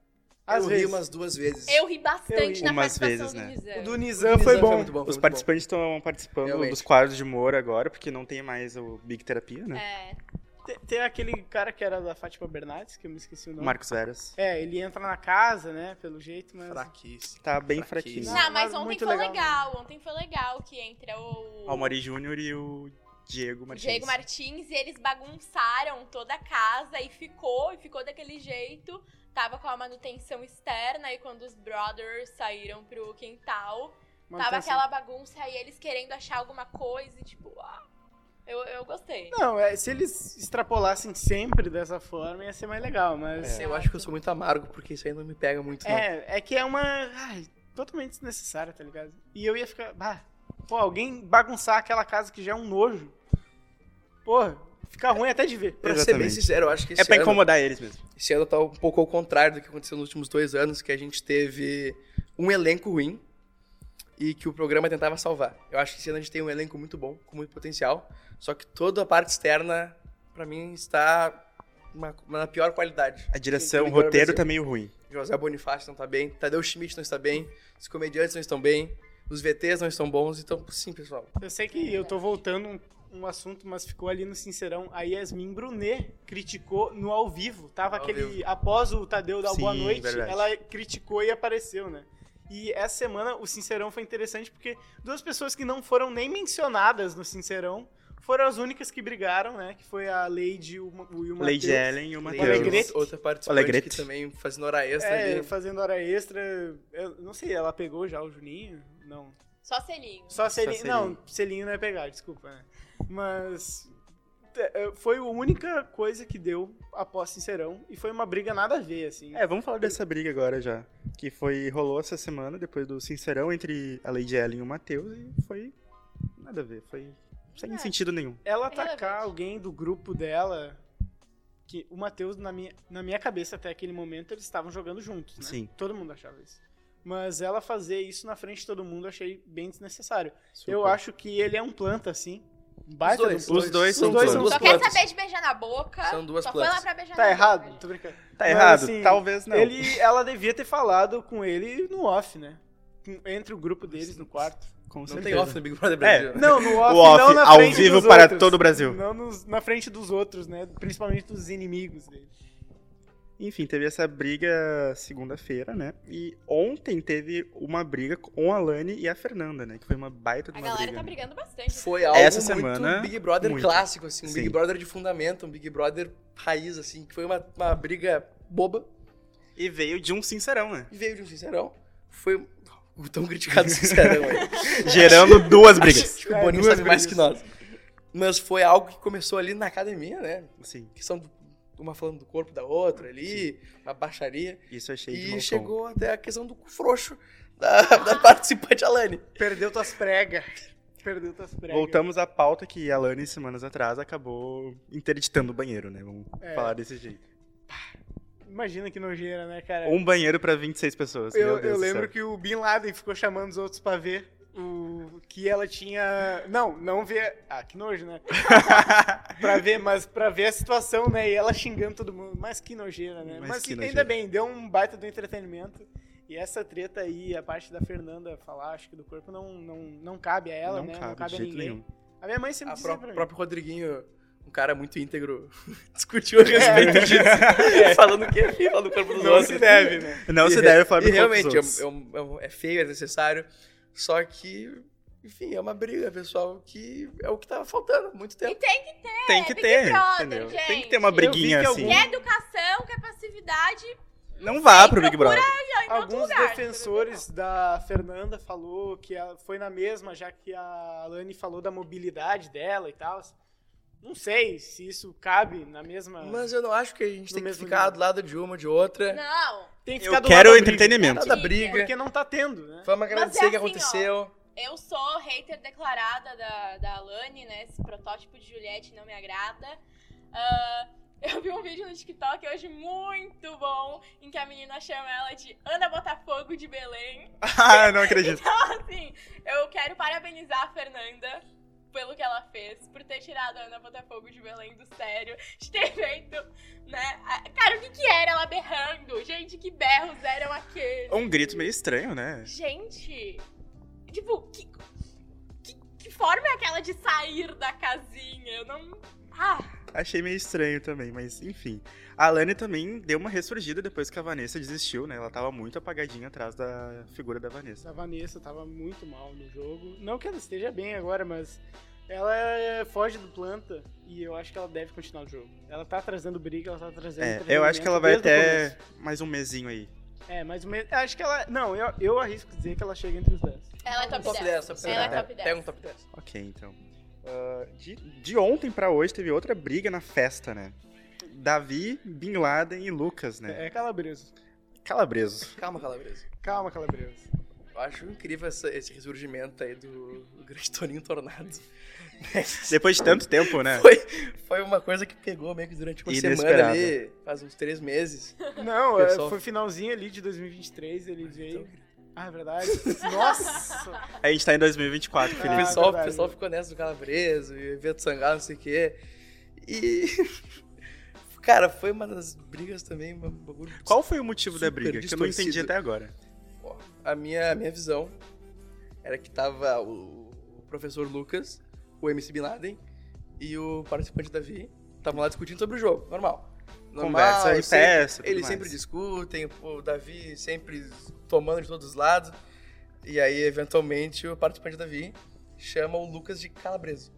S1: Às
S3: eu ri
S1: vezes.
S3: umas duas vezes.
S2: Eu ri bastante
S1: Eu-
S2: na
S1: Umas
S2: participação
S1: vezes,
S2: do
S1: né?
S2: Nizam.
S3: É, O do
S1: Zan
S3: Nizam
S1: foi bom.
S3: muito bom. foi
S1: Os
S3: muito
S1: participantes estão participando
S3: Realmente.
S1: dos quadros de humor agora, porque não tem mais o Big Terapia, né?
S2: É.
S5: Tem, tem aquele cara que era da Fátima Bernardes, que eu me esqueci o nome.
S1: Marcos Veras.
S5: É, ele entra na casa, né, pelo jeito,
S3: bom.
S5: mas...
S3: Fraquíssimo.
S1: Tá bem fraquinho.
S3: Fraquíssimo.
S5: Não,
S2: Não, mas
S5: mas
S2: ontem
S5: muito
S2: foi legal.
S5: legal.
S2: Ontem foi legal que entra o
S1: Almari Júnior e o Diego Ah, Martins.
S2: Diego Martins e eles bagunçaram toda a casa e ficou, e ficou daquele jeito. Tava com a manutenção externa e quando os brothers saíram pro quintal,
S5: mas
S2: tava
S5: tá assim.
S2: aquela bagunça e eles querendo achar alguma coisa e tipo, ah, eu, eu gostei.
S5: Não, é, se eles extrapolassem sempre dessa forma, ia ser mais legal, mas...
S3: Eu acho que eu sou muito amargo, porque isso aí não me pega muito, não.
S5: É, é que é uma. Ai, totalmente desnecessária, tá ligado? E eu ia ficar. Bah, pô, alguém bagunçar aquela casa que já é um nojo. Porra, fica ruim até de ver.
S3: Pra ser bem
S1: Exatamente.
S3: sincero, eu acho que esse
S1: É pra
S3: ano-
S1: incomodar eles mesmo.
S3: Esse ano tá um pouco ao contrário do que aconteceu nos últimos dois anos, que a gente teve um elenco ruim e que o programa tentava salvar. Eu acho que esse ano a gente tem um elenco muito bom, com muito potencial, só que toda a parte externa, pra mim, está uma- uma- na pior qualidade.
S1: A direção, o
S3: Agora
S1: roteiro
S3: Brasil.
S1: tá meio ruim.
S3: José Bonifácio não tá bem, Tadeu Schmidt não está bem, os comediantes não estão bem, os VTs não estão bons, então, sim, pessoal.
S5: Eu sei que eu tô voltando um, um assunto, mas ficou ali no Sincerão. A Yasmin Brunet criticou no ao vivo. Tava
S3: Ao
S5: aquele. Após o Tadeu dar o
S1: Sim,
S5: boa noite,
S1: verdade.
S5: ela criticou e apareceu, né? E essa semana o Sincerão foi interessante porque duas pessoas que não foram nem mencionadas no Sincerão foram as únicas que brigaram, né? Que foi a Lady e o, Ma- e o Matheus.
S1: Lady Ellen e o Matheus.
S5: Alegrete.
S3: Outra participante
S1: Alegrete.
S3: que também fazendo hora extra
S5: É,
S3: ali.
S5: fazendo hora extra. Eu não sei, ela pegou já o Juninho? Não.
S2: Só selinho.
S5: Só selinho.
S1: selinho.
S5: Não, selinho não é pegar, desculpa. né? Mas. t- eh, Foi a única coisa que deu após Sincerão. E foi uma briga nada a ver, assim.
S1: É, vamos falar dessa briga agora já. Que foi, rolou essa semana, depois do Sincerão, entre a Lady Ellen e o Matheus, e foi nada a ver, foi sem
S2: É.
S1: sentido nenhum.
S5: Ela atacar
S2: Relevante.
S5: alguém do grupo dela. Que o Matheus, na minha, na minha cabeça até aquele momento, eles estavam jogando juntos, né?
S1: Sim.
S5: Todo mundo achava isso. Mas ela fazer isso na frente de todo mundo, eu achei bem desnecessário.
S1: Super.
S5: Eu acho que ele é um planta, assim. Um baita
S3: Os dois,
S5: de um
S1: Os dois são
S5: Os dois são
S1: planos.
S2: Só quer
S3: plantas.
S2: saber de beijar na boca.
S3: São duas
S2: Só foi lá
S3: plantas.
S2: pra beijar
S5: Tá
S2: na
S5: errado?
S2: boca.
S5: Tô brincando.
S1: Tá
S5: Mas,
S1: errado?
S5: assim,
S1: Talvez não.
S5: Ele, ela devia ter falado com ele no off, né? Com- Entre o grupo deles no quarto.
S1: Com
S3: Não
S1: certeza.
S3: tem off no Big Brother Brasil. né?
S5: É, Não, no off,
S1: O off,
S5: não na
S1: ao
S5: frente
S1: vivo
S5: dos
S1: para
S5: outros.
S1: todo o Brasil.
S5: Não nos- na frente dos outros, né? Principalmente dos inimigos dele.
S1: Enfim, teve essa briga segunda-feira, né? E ontem teve uma briga com a Lani e a Fernanda, né? Que foi uma baita de
S2: A
S1: uma
S2: galera
S1: briga.
S2: tá
S1: né?
S2: brigando bastante.
S3: Foi
S2: né?
S3: algo
S1: Essa
S3: muito
S1: semana,
S3: Big Brother
S1: muito.
S3: clássico, assim, um Big
S1: Sim.
S3: Brother de fundamento, um Big Brother raiz, assim, que foi uma, uma briga boba
S1: E veio de um sincerão, né?
S3: e veio de um sincerão. Foi o tão criticado sincerão, aí.
S1: Gerando duas brigas.
S3: Acho que o
S5: É,
S3: Boninho
S5: duas
S3: sabe mais que
S5: brigas.
S3: nós. Mas foi algo que começou ali na academia, né?
S1: Sim,
S3: Questão do, uma falando do corpo da outra ali, uma baixaria.
S1: isso eu achei de mau
S3: E
S1: tom.
S3: chegou até a questão do cu frouxo da, da participante Alane.
S5: Perdeu tuas pregas. Perdeu tuas pregas.
S1: Voltamos à pauta que a Lani, semanas atrás, acabou interditando o banheiro, né? Vamos
S5: É.
S1: falar desse jeito.
S5: Imagina que nojeira, né, cara?
S1: Um banheiro pra 26 pessoas. meu
S5: Eu,
S1: Deus
S5: eu
S1: do
S5: lembro
S1: céu.
S5: que o Bin Laden ficou chamando os outros pra ver o que ela tinha. Não, não ver. Ah, que nojo, né? pra ver, mas pra ver a situação, né? E ela xingando todo mundo. Mas que nojeira, né? Mas,
S1: Mas que
S5: ainda
S1: nojeira.
S5: bem, deu um baita do entretenimento. E essa treta aí, a parte da Fernanda falar, acho que do corpo, não, não, não cabe a ela,
S1: não
S5: né?
S1: cabe
S5: não cabe
S1: de
S5: a
S1: jeito
S5: ninguém.
S1: nenhum.
S5: A minha mãe sempre
S3: O
S5: dizia pra mim.
S3: próprio Rodriguinho, um cara muito íntegro, discutiu
S5: É.
S3: a respeito disso. Falando que é falando do corpo dos
S5: Não
S3: outros.
S5: se deve, né?
S1: Não
S3: E
S1: se
S3: re-
S1: deve falar
S3: E
S1: do corpo dos
S3: realmente,
S1: outros.
S3: é, um- é um- é feio, é necessário. Só que, enfim, é uma briga, pessoal, que é o que tava faltando há muito
S2: E
S3: tempo.
S2: É, tem que
S1: Tem que
S2: Big
S1: ter, né?
S2: Brother,
S1: entendeu?
S2: gente.
S1: Tem que ter uma
S5: vi que
S1: briguinha assim.
S5: algum-
S2: quer educação, quer passividade.
S1: Não vá
S2: Sei,
S1: pro Big
S2: procura
S1: Brother.
S2: já em outro
S5: Alguns
S2: lugar,
S5: defensores da Fernanda falou que ela foi na mesma, já que a Lani falou da mobilidade dela e tal. Não sei se isso cabe na mesma.
S3: Mas eu não acho que a gente
S5: No
S3: tem que
S5: mesmo
S3: ficar
S5: nível.
S3: do lado de uma, de outra.
S2: Não,
S5: Tem que
S1: Eu
S5: ficar do
S1: quero
S5: lado da
S1: entretenimento.
S3: Nada da briga.
S5: Porque não tá tendo, né?
S3: Vamos agradecer
S2: é
S3: o
S2: assim,
S3: que
S2: ó.
S3: aconteceu.
S2: eu sou hater declarada da, da Alane, né? Esse protótipo de Juliette não me agrada. Ah, eu vi um vídeo no TikTok hoje muito bom, em que a menina chama ela de Ana Botafogo de Belém.
S1: Ah, não acredito.
S2: Então, assim, eu quero parabenizar a Fernanda pelo que ela fez, por ter tirado a Ana Botafogo de Belém do sério, de ter feito, né? a- Cara, o que que era ela berrando? Gente, que berros eram aqueles?
S1: Um grito meio estranho, né?
S2: Gente, tipo, que, que, que forma é aquela de sair da casinha? Eu não. Ah,
S1: Achei meio estranho também, mas enfim. A Alane também deu uma ressurgida depois que a Vanessa desistiu, né? Ela tava muito apagadinha atrás da figura da Vanessa.
S5: A Vanessa tava muito mal no jogo. Não que ela esteja bem agora, mas ela é, foge do planta e eu acho que ela deve continuar o jogo. Ela tá trazendo briga, ela tá trazendo.
S1: É, eu
S5: entretenimento
S1: acho que ela vai
S5: desde o
S1: até mais um mesinho aí.
S5: começo. É, mas o me- acho que ela. Não, eu, eu arrisco dizer que ela chega entre os 10.
S2: ela é top,
S3: Top 10, top 10.
S2: Ela é top 10.
S3: Pega um top 10.
S1: Ok, então. Ah, de, de ontem pra hoje teve outra briga na festa, né? Davi, Bin Laden e Lucas, né?
S5: É calabreso.
S1: Calabreso.
S3: Calma, Calabresa.
S5: Calma, calabreso.
S3: Eu acho incrível essa- esse ressurgimento aí do, do grande Toninho Tornado.
S1: Depois de tanto tempo, né?
S3: Foi, foi uma coisa que pegou meio que durante uma semana
S1: Inesperado.
S3: ali, faz uns três meses.
S5: Não, é,
S3: Pessoal.
S5: foi finalzinho ali de 2023, ele veio. Ah, é verdade? Nossa!
S1: A gente tá em 2024,
S5: Ah,
S3: o,
S1: Felipe.
S3: pessoal, o
S5: verdade.
S3: pessoal ficou nessa do Calabreso, e evento sangado, não sei o quê. E. Cara, foi uma das brigas também, um bagulho.
S1: Qual foi o motivo da
S3: Super
S1: briga? Que eu não entendi
S3: distorcido.
S1: até agora.
S3: Ó, A minha, a minha visão era que tava o, o professor Lucas, o MC Bin Laden e o participante Davi. Estavam lá discutindo sobre o jogo, normal.
S1: Conversa em
S3: eu sei-
S1: festa, tudo
S3: Eles
S1: mais.
S3: sempre discutem, o Davi sempre tomando de todos os lados. E aí, eventualmente, o participante Davi chama o Lucas de calabreso.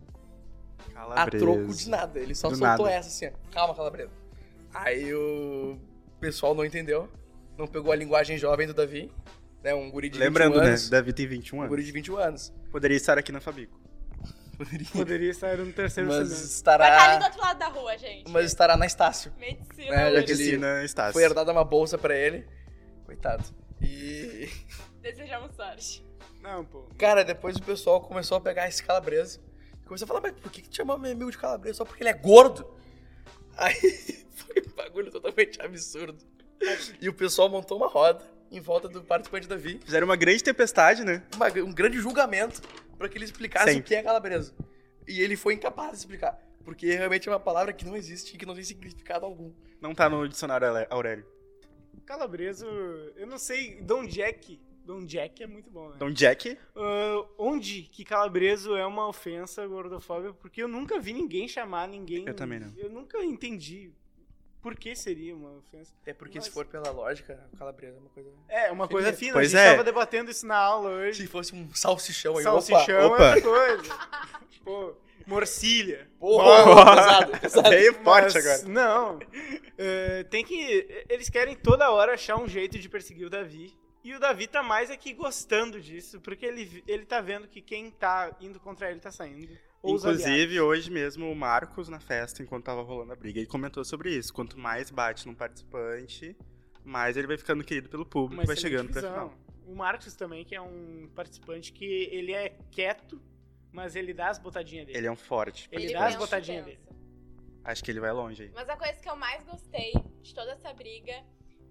S3: A troco de nada. Ele só
S1: Do
S3: soltou
S1: nada.
S3: essa assim, ó. Calma, calabreso. Aí o pessoal não entendeu. Não pegou a linguagem jovem do Davi. Né? Um guri de
S1: Lembrando,
S3: 21
S1: né?
S3: anos.
S1: Davi tem 21
S3: Um
S1: anos.
S3: guri de 21 anos.
S1: Poderia estar aqui na Fabico.
S5: Poderia estar no terceiro
S3: Mas
S2: Vai
S5: semestre.
S2: estar ali do
S3: estará,
S2: outro lado da rua, gente.
S3: mas estará na Estácio.
S2: Medicina.
S3: É,
S2: hoje.
S3: aquele-
S1: Medicina Estácio.
S3: Foi herdada uma bolsa pra ele. Coitado. E,
S2: Desejamos sorte.
S5: Não, pô.
S3: cara, depois o pessoal começou a pegar esse calabreso. E começou a falar, mas por que, que te chamou meu amigo de calabreso? Só porque ele é gordo? Aí foi um bagulho totalmente absurdo. E o pessoal montou uma roda em volta do participante Davi.
S1: Fizeram uma grande tempestade, né?
S3: uma- um grande julgamento pra que ele explicasse o
S1: Sempre.
S3: que é calabreso. E ele foi incapaz de explicar. Porque realmente é uma palavra que não existe e que não tem significado algum.
S1: Não tá no dicionário Ale- Aurélio.
S5: Calabreso, eu não sei, Don Jack. Don Jack é muito bom, né?
S1: Então, Jack,
S5: Ah, onde que calabreso é uma ofensa gordofóbica? Porque eu nunca vi ninguém chamar ninguém.
S1: Eu também não.
S5: Eu nunca entendi por que seria uma ofensa.
S3: Até porque se
S5: Mas-
S3: for pela lógica, o calabreso é uma coisa...
S5: É, uma coisa
S3: Felipe.
S5: fina.
S1: Pois
S5: a gente
S1: é.
S5: tava debatendo isso na aula hoje.
S3: Se fosse um salsichão aí,
S5: Salsichão é
S1: opa.
S5: outra coisa. Pô, morcilha.
S3: Opa, porra, pesado, pesado.
S1: veio forte
S5: Mas,
S1: agora.
S5: Não. É, tem que. Eles querem toda hora achar um jeito de perseguir o Davi. E o Davi tá mais aqui gostando disso, porque ele, ele tá vendo que quem tá indo contra ele tá saindo. Ou os aliados.
S1: Inclusive, hoje mesmo, o Marcos, na festa, enquanto tava rolando a briga, ele comentou sobre isso. Quanto mais bate num participante, mais ele vai ficando querido pelo público,
S5: Uma
S1: vai
S5: excelente
S1: chegando pra
S5: visão.
S1: final.
S5: O Marcos também, que é um participante que ele é quieto, mas ele dá as botadinhas dele.
S1: Ele é um forte.
S5: Ele,
S2: Ele
S5: dá as
S2: pensa,
S5: botadinhas
S2: pensa.
S5: dele.
S1: Acho que ele vai longe aí.
S2: Mas a coisa que eu mais gostei de toda essa briga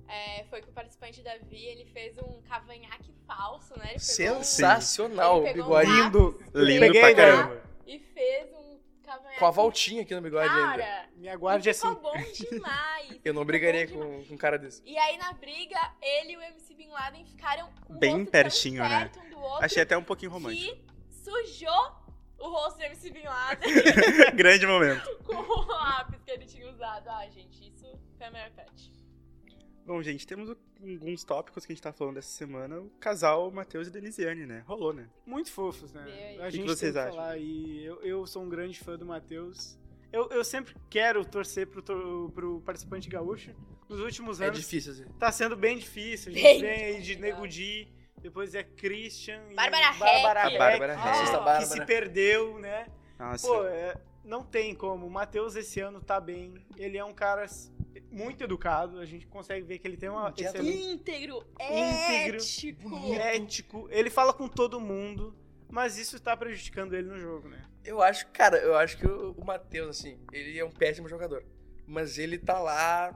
S2: é, foi que o participante Davi, ele fez um cavanhaque falso, né? Ele pegou um-
S3: Sensacional
S2: ele
S3: o
S2: pegou
S3: bigode.
S2: um
S5: Lindo.
S2: lápis
S1: é Lindo
S5: Peguei né?
S1: pra
S5: a ideia.
S1: caramba.
S2: E fez um cavanhaque
S3: Com a voltinha aqui no bigode ainda.
S2: Cara,
S5: Me aguarde assim.
S2: ficou bom demais.
S3: Eu não
S2: ficou
S3: brigaria
S2: bom demais.
S3: com, com um cara desse.
S2: E aí, na briga, ele e o MC Bin Laden ficaram com o
S1: Bem
S2: rosto tão
S1: pertinho, né?
S2: perto um do outro
S1: Achei até um pouquinho romântico.
S2: que sujou o rosto do MC Bin Laden
S1: Grande momento.
S2: com o lápis que ele tinha usado. Ah, gente, isso foi a minha pet.
S1: Bom, gente, temos o- alguns tópicos que a gente tá falando essa semana. O casal Matheus e Denisiane, né? Rolou, né?
S5: Muito fofos, né?
S2: E aí?
S5: A
S1: que
S5: gente
S1: vocês
S5: tem que
S1: acham?
S5: falar e eu, eu sou um grande fã do Matheus. Eu, eu sempre quero torcer pro, tor- pro participante gaúcho. Nos últimos
S3: É
S5: anos
S3: difícil, assim.
S5: tá sendo bem difícil. A gente
S2: Bem
S5: vem aí de
S2: complicado.
S5: Nego Di, depois é Christian e
S2: Bárbara
S5: Bárbara
S2: Heck.
S1: A Bárbara
S5: Heck,
S1: Heck.
S5: É que
S3: Assista a
S5: se
S3: Bárbara.
S5: perdeu, né?
S1: Nossa.
S5: Pô, é, não tem como. O Matheus esse ano tá bem. Ele é um cara s- muito educado. A gente consegue ver que ele tem uma
S3: Dieta-
S5: excelente
S2: Íntegro,
S5: Íntegro,
S2: ético. É
S5: ético. Ele fala com todo mundo, mas isso tá prejudicando ele no jogo, né?
S3: Eu acho, cara, eu acho que o, o Matheus, assim, ele é um péssimo jogador. Mas ele tá lá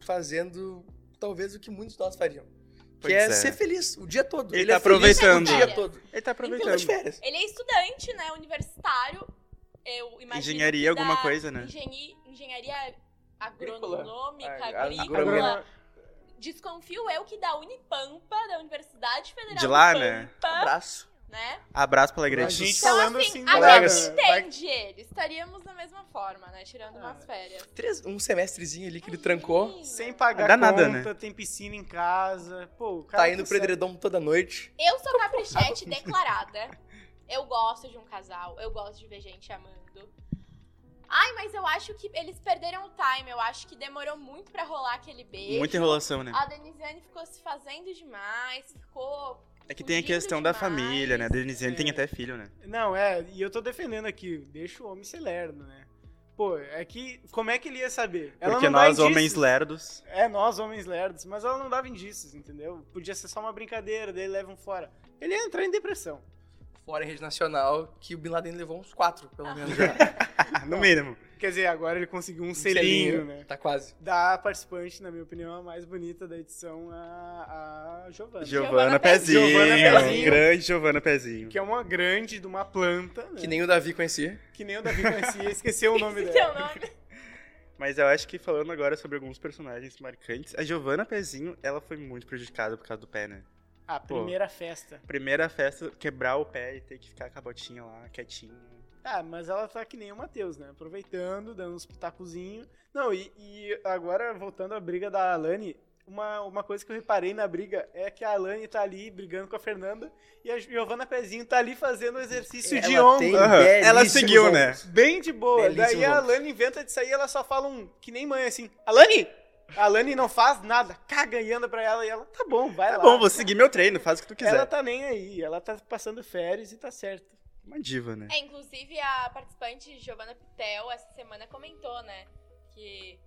S3: fazendo talvez o que muitos de nós fariam.
S1: Pois
S3: que é,
S1: é.
S3: ser feliz o dia todo.
S1: Ele
S3: é
S1: tá
S3: feliz
S1: aproveitando.
S3: O dia todo.
S1: Ele tá
S3: Ele tá de
S1: aproveitando.
S3: férias.
S2: Ele é estudante, né? Universitário. Eu imagino.
S1: Engenharia,
S2: que dá
S1: alguma coisa, né?
S2: engenhi- engenharia
S3: Agrícola.
S2: agronômica,
S3: Ah,
S2: agrícola.
S3: agrônoma.
S2: Desconfio eu que da Unipampa, da Universidade Federal
S1: De lá, né?
S2: Pampa,
S3: Abraço.
S2: né?
S1: Abraço pela
S5: A
S1: Gretchen.
S5: gente
S2: Então,
S5: falando
S2: assim,
S5: assim,
S2: a
S5: galera,
S3: gente
S5: vai- É.
S2: Entende ele. Estaríamos da mesma forma, né? Tirando umas férias.
S3: Três, um semestrezinho ali que ele trancou.
S5: sem
S2: Imagina.
S5: pagar
S1: Dá
S5: conta,
S1: nada, né?
S5: tem piscina em casa. Pô, o cara
S3: Tá indo pro
S5: certo.
S3: edredom toda noite.
S2: Eu sou caprichete declarada. Eu gosto de um casal, eu gosto de ver gente amando. Ai, mas eu acho que eles perderam o time. Eu acho que demorou muito pra rolar aquele beijo.
S1: Muita enrolação, né?
S2: A Denisiane ficou se fazendo demais, ficou.
S1: É que tem a
S2: fugindo
S1: questão da
S2: demais.
S1: família, né? A Denisiane tem
S5: É.
S1: até filho, né?
S5: Não, é, e eu tô defendendo aqui, deixa o homem ser lerdo, né? Pô, é que, como é que ele ia saber?
S1: Porque
S5: não dá
S1: nós, homens
S5: indícios.
S1: lerdos,
S5: É, nós, homens lerdos, mas ela não dava indícios, entendeu? Podia ser só uma brincadeira, daí levam fora. Ele ia entrar em depressão.
S3: Fora em rede nacional, que o Bin Laden levou uns quatro,
S5: Ah.
S3: pelo menos. já.
S1: no mínimo.
S5: Quer dizer, agora ele conseguiu um,
S3: Um
S5: selinho, né?
S3: Tá quase.
S5: Da participante, na minha opinião, a mais bonita da edição, a, a Giovana.
S1: Giovana
S2: Giovana
S1: Pezinho.
S2: Pezinho.
S5: Giovana Pezinho.
S1: Grande Giovana Pezinho.
S5: que é uma grande de uma planta, né?
S3: Que é nem o Davi conhecia.
S5: que nem o Davi conhecia, esqueceu o nome
S2: Seu
S5: dela.
S2: nome.
S1: Mas eu acho que falando agora sobre alguns personagens marcantes, a Giovana Pezinho, ela foi muito prejudicada por causa do pé, né?
S5: A primeira festa.
S1: Primeira festa, quebrar o pé e ter que ficar com a botinha lá, quietinha.
S5: Ah, mas ela tá que nem o Matheus, né? Aproveitando, dando uns pitacozinhos. Não, e, e agora, voltando à briga da Alane, uma, uma coisa que eu reparei na briga é que a Alane tá ali brigando com a Fernanda e a Giovana Pezinho tá ali fazendo exercício de
S3: Ela
S5: ombro.
S3: tem
S1: Aham.
S3: belíssimos
S1: Ela seguiu, né?
S3: ombros.
S5: Bem de boa.
S3: Belíssimos
S5: Daí a
S3: ombros.
S5: Alane inventa de sair e ela só fala um que nem mãe assim. Alane! A Alane não faz nada, caga e anda pra ela e ela, tá bom, vai
S3: É
S1: Tá
S5: lá.
S1: bom, vou seguir meu treino, faz o que tu quiser.
S5: ela tá nem aí, ela tá passando férias e tá certo.
S1: Uma diva, né?
S2: É, inclusive a participante Giovana Pitel essa semana comentou, né? Que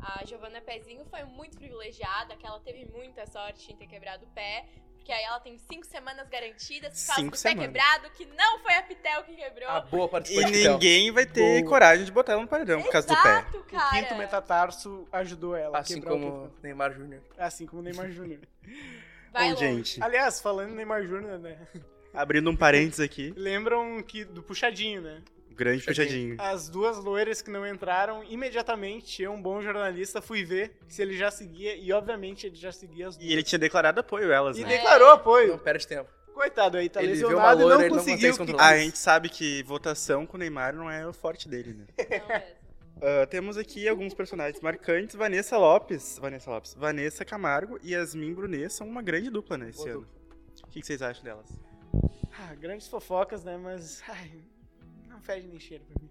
S2: a Giovana Pezinho foi muito privilegiada, que ela teve muita sorte em ter quebrado o pé. Porque aí ela tem cinco semanas garantidas por causa
S1: Cinco
S2: do
S1: semanas. Ah,
S2: pé quebrado, que não foi a Pitel que quebrou.
S3: A boa
S1: E
S3: participante. Théo.
S1: ninguém vai ter
S5: Boa.
S1: coragem de botar ela no paredão por causa do pé.
S2: Exato,
S5: O
S2: cara.
S5: quinto metatarso ajudou ela. a
S3: Assim
S5: quebrar o
S3: como
S5: quinto-
S3: Neymar Júnior.
S5: Assim como o Neymar Júnior.
S2: Vai
S1: Bom,
S2: longe.
S1: gente,
S5: Aliás, falando em Neymar Júnior, né?
S1: abrindo um parênteses aqui,
S5: Lembram que do puxadinho, né?
S1: grande
S3: Puxadinho.
S1: puxadinho.
S5: As duas loiras que não entraram, imediatamente eu, um bom jornalista, fui ver se ele já seguia e obviamente ele já seguia as duas.
S1: E ele tinha declarado apoio a elas,
S5: E
S1: né?
S5: declarou
S3: Não
S5: apoio.
S3: perde tempo.
S5: Coitado aí, tá
S3: Ele viu uma
S5: lesionado
S3: loira,
S5: e
S3: ele
S5: não
S3: não consegue
S5: conseguiu.
S3: se
S5: que-
S3: controlar.
S1: A gente sabe que votação com o Neymar não é o forte dele, né?
S2: Não então mesmo.
S5: é
S1: Ah, temos aqui alguns personagens marcantes. Vanessa Lopes. Vanessa Lopes. Vanessa Camargo e Yasmin Brunet são uma grande dupla, né, esse
S3: Boa
S1: ano. O que que vocês acham delas?
S5: Ah, grandes fofocas, né? Mas. Ai, não fede nem cheiro pra mim.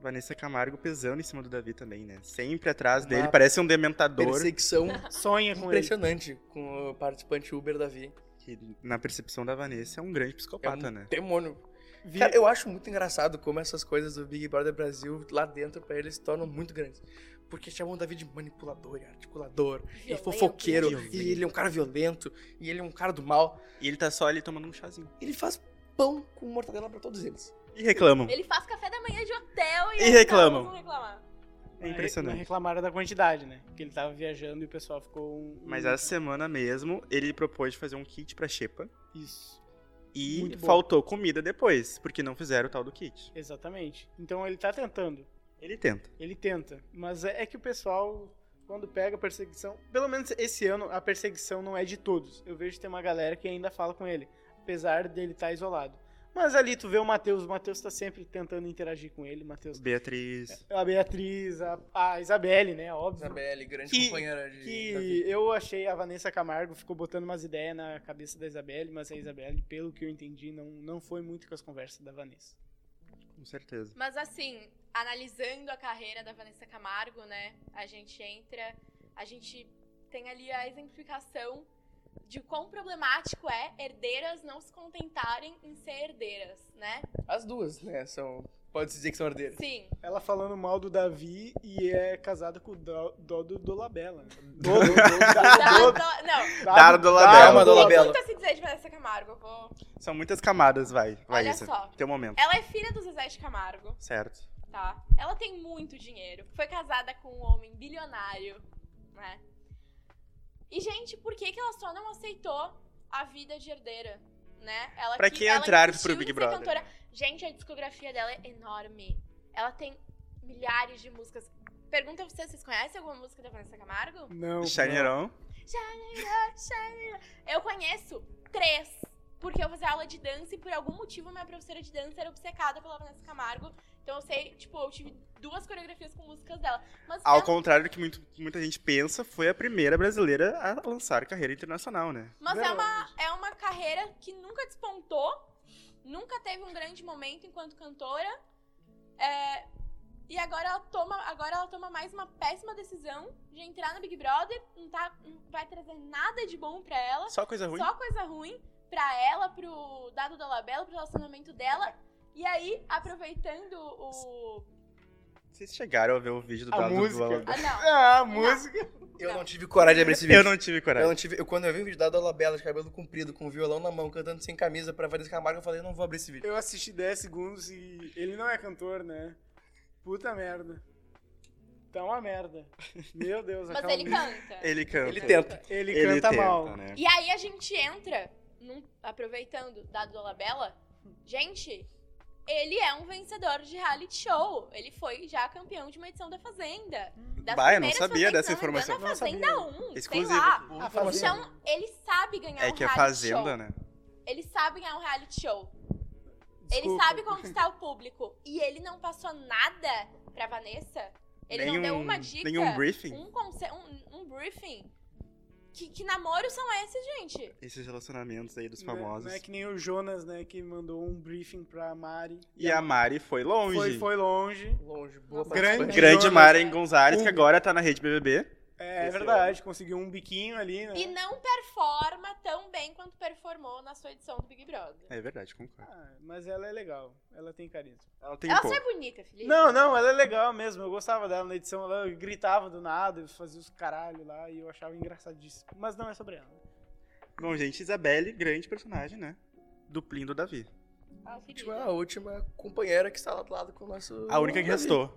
S1: Vanessa Camargo pesando em cima do Davi também, né? Sempre atrás
S3: Uma
S1: dele, parece um dementador.
S3: Perseguição
S5: Sonha com ele.
S3: impressionante com o participante Uber Davi.
S1: Que, na percepção da Vanessa, é um grande
S3: É um
S1: psicopata, né?
S3: demônio.
S5: Vi-
S3: Cara, eu acho muito engraçado como essas coisas do Big Brother Brasil lá dentro pra eles se tornam muito grandes. Porque chamam o Davi de manipulador e articulador e
S2: Violento,
S3: fofoqueiro.
S1: violento.
S3: E ele é um cara violento e ele é um cara do mal.
S1: E ele tá só ali tomando um chazinho.
S3: Ele faz pão com mortadela pra todos eles.
S1: E reclamam.
S2: Ele faz café da manhã de hotel e,
S1: E
S2: aí
S1: reclamam.
S2: não reclamar.
S1: É
S5: Mas
S1: impressionante.
S5: reclamaram da quantidade, né? Que ele tava viajando e o pessoal ficou. um-
S1: Mas essa semana mesmo, ele propôs de fazer um kit pra Xepa.
S5: Isso.
S1: E
S5: Muito bom.
S1: faltou comida depois, porque não fizeram o tal do kit.
S5: Exatamente. Então ele tá tentando.
S1: Ele tenta.
S5: Ele tenta. Mas é é que o pessoal, quando pega a perseguição. Pelo menos esse ano, a perseguição não é de todos. Eu vejo que tem uma galera que ainda fala com ele. Apesar dele estar isolado. Mas ali tu vê o Matheus. O Matheus tá sempre tentando interagir com ele. Matheus.
S1: Beatriz.
S5: A Beatriz, a, a Isabelle, né? Óbvio.
S3: Isabelle, grande
S5: Que-
S3: companheira
S1: Tá
S3: de
S5: Que
S3: Davi.
S5: eu achei a Vanessa Camargo ficou botando umas ideias na cabeça da Isabelle, mas a Isabelle, pelo que eu entendi, não, não foi muito com as conversas da Vanessa.
S1: Com certeza.
S2: Mas assim, analisando a carreira da Vanessa Camargo, né? A gente entra, a gente tem ali a exemplificação de quão problemático é herdeiras não se contentarem em ser herdeiras, né?
S3: As duas, né? São. Pode-se dizer que são herdeiras.
S2: Sim.
S5: Ela falando mal do Davi e é casada com o Dó- Dodo Dolabella.
S2: Dá- dá- Então,
S5: Dolabella.
S2: não.
S1: Dado Dolabella.
S3: Calma, Dolabella.
S2: Muito a se dizer de Vanessa Camargo, eu vou.
S1: São muitas camadas, vai. Vai,
S2: Olha
S1: Isa.
S2: só.
S1: Teu momento.
S2: Ela é filha do Zezé de Camargo,
S1: Certo.
S2: tá? Ela tem muito dinheiro. Foi casada com um homem bilionário, né? E, gente, por que, que ela só não aceitou a vida de herdeira? Né? Ela
S1: Pra
S2: que,
S1: que
S2: ela
S1: entrar
S2: insistiu
S1: pro Big
S2: em ser
S1: Brother?
S2: cantora. Gente, a discografia dela é enorme. Ela tem milhares de músicas. Pergunta pra vocês, vocês conhecem alguma música da Vanessa Camargo?
S5: Não.
S1: Shineirão.
S2: Eu conheço três. Porque eu fazia aula de dança e por algum motivo minha professora de dança era obcecada pela Vanessa Camargo. Então eu sei, tipo, eu tive duas coreografias com músicas dela. Mas
S1: Ao
S2: ela-
S1: contrário do que muito- muita gente pensa, foi a primeira brasileira a lançar carreira internacional, né?
S2: Mas é
S3: Não.
S2: uma, é uma carreira que nunca despontou, nunca teve um grande momento enquanto cantora. é, e agora ela, toma, agora ela toma mais uma péssima decisão de entrar no Big Brother, não, tá, não vai trazer nada de bom pra ela,
S1: Só coisa ruim.
S2: só coisa ruim pra ela, pro Dado da Labela, pro relacionamento dela. E aí, aproveitando o.
S1: Vocês chegaram a ver o vídeo do
S5: A
S1: Dado
S5: música.
S1: Duvall?
S2: Ah, não.
S3: É,
S5: Ah, a música.
S3: Eu
S2: Não.
S3: não tive coragem de abrir esse vídeo.
S1: Eu não tive
S3: Eu
S1: coragem.
S3: não tive, eu, quando eu vi o vídeo da Dolabella de cabelo comprido, com o violão na mão, cantando sem camisa pra Vanessa Camargo, eu falei, eu não vou abrir esse vídeo.
S5: Eu assisti 10 segundos e ele não é cantor, né? Puta merda. Tá uma merda. Meu Deus,
S2: Mas
S5: aquela
S2: ele
S5: música-
S2: canta.
S1: Ele canta.
S3: Ele tenta.
S5: Ele,
S1: Ele
S5: canta
S1: tenta,
S5: mal.
S1: né?
S2: E aí a gente entra, num- aproveitando dado do Labella, gente, ele é um vencedor de reality show. Ele foi já campeão de uma edição da Fazenda. Das
S1: Bah, eu não
S2: primeiras
S1: sabia dessa
S2: Fazendas,
S1: informação.
S2: Na
S5: Hum. Não sabia.
S2: Fazenda 1,
S1: Exclusivo.
S2: sei lá.
S3: Fazenda.
S5: Ah, fazenda.
S2: Então, ele sabe ganhar
S1: É
S2: um
S1: que a
S2: reality
S1: Fazenda,
S2: show.
S1: né?
S2: Ele sabe ganhar um reality show. Ele
S5: Desculpa.
S2: sabe conquistar o público. E ele não passou nada pra Vanessa. Ele não deu uma dica
S1: Nenhum um briefing.
S2: um, conce- um- um briefing. Que, que namoros são esses, gente?
S1: Esses relacionamentos aí dos
S5: Não é-
S1: famosos.
S5: Não é que nem o Jonas, né, que mandou um briefing pra Mari.
S1: E a Mari foi longe.
S5: foi, foi longe.
S3: Longe, boa
S2: Nossa,
S5: Grande-
S3: participante.
S1: Grande
S5: Jonas.
S1: Maren Gonzalez, que
S5: Um-
S1: agora tá na rede BBB.
S5: É, é
S3: Esse
S5: verdade, conseguiu um biquinho ali, né?
S1: É.
S2: E não performa tão bem quanto performou na sua edição do Big Brother.
S1: É verdade, concordo.
S5: Ah, mas ela é legal, ela tem carisma.
S1: Ela tem
S2: Ela
S1: um
S2: só é
S1: pouco.
S2: bonita, Felipe.
S5: Não, não, ela é legal mesmo. Eu gostava dela na edição, ela gritava do nada, fazia os caralho lá e eu achava engraçadíssimo. Mas não é sobre ela.
S1: Bom, gente, Isabelle, grande personagem, né? Duplinho do Davi. tipo,
S2: Ah,
S3: Última-
S2: querida.
S3: A última companheira que está lá do lado com o nosso...
S1: A única que restou.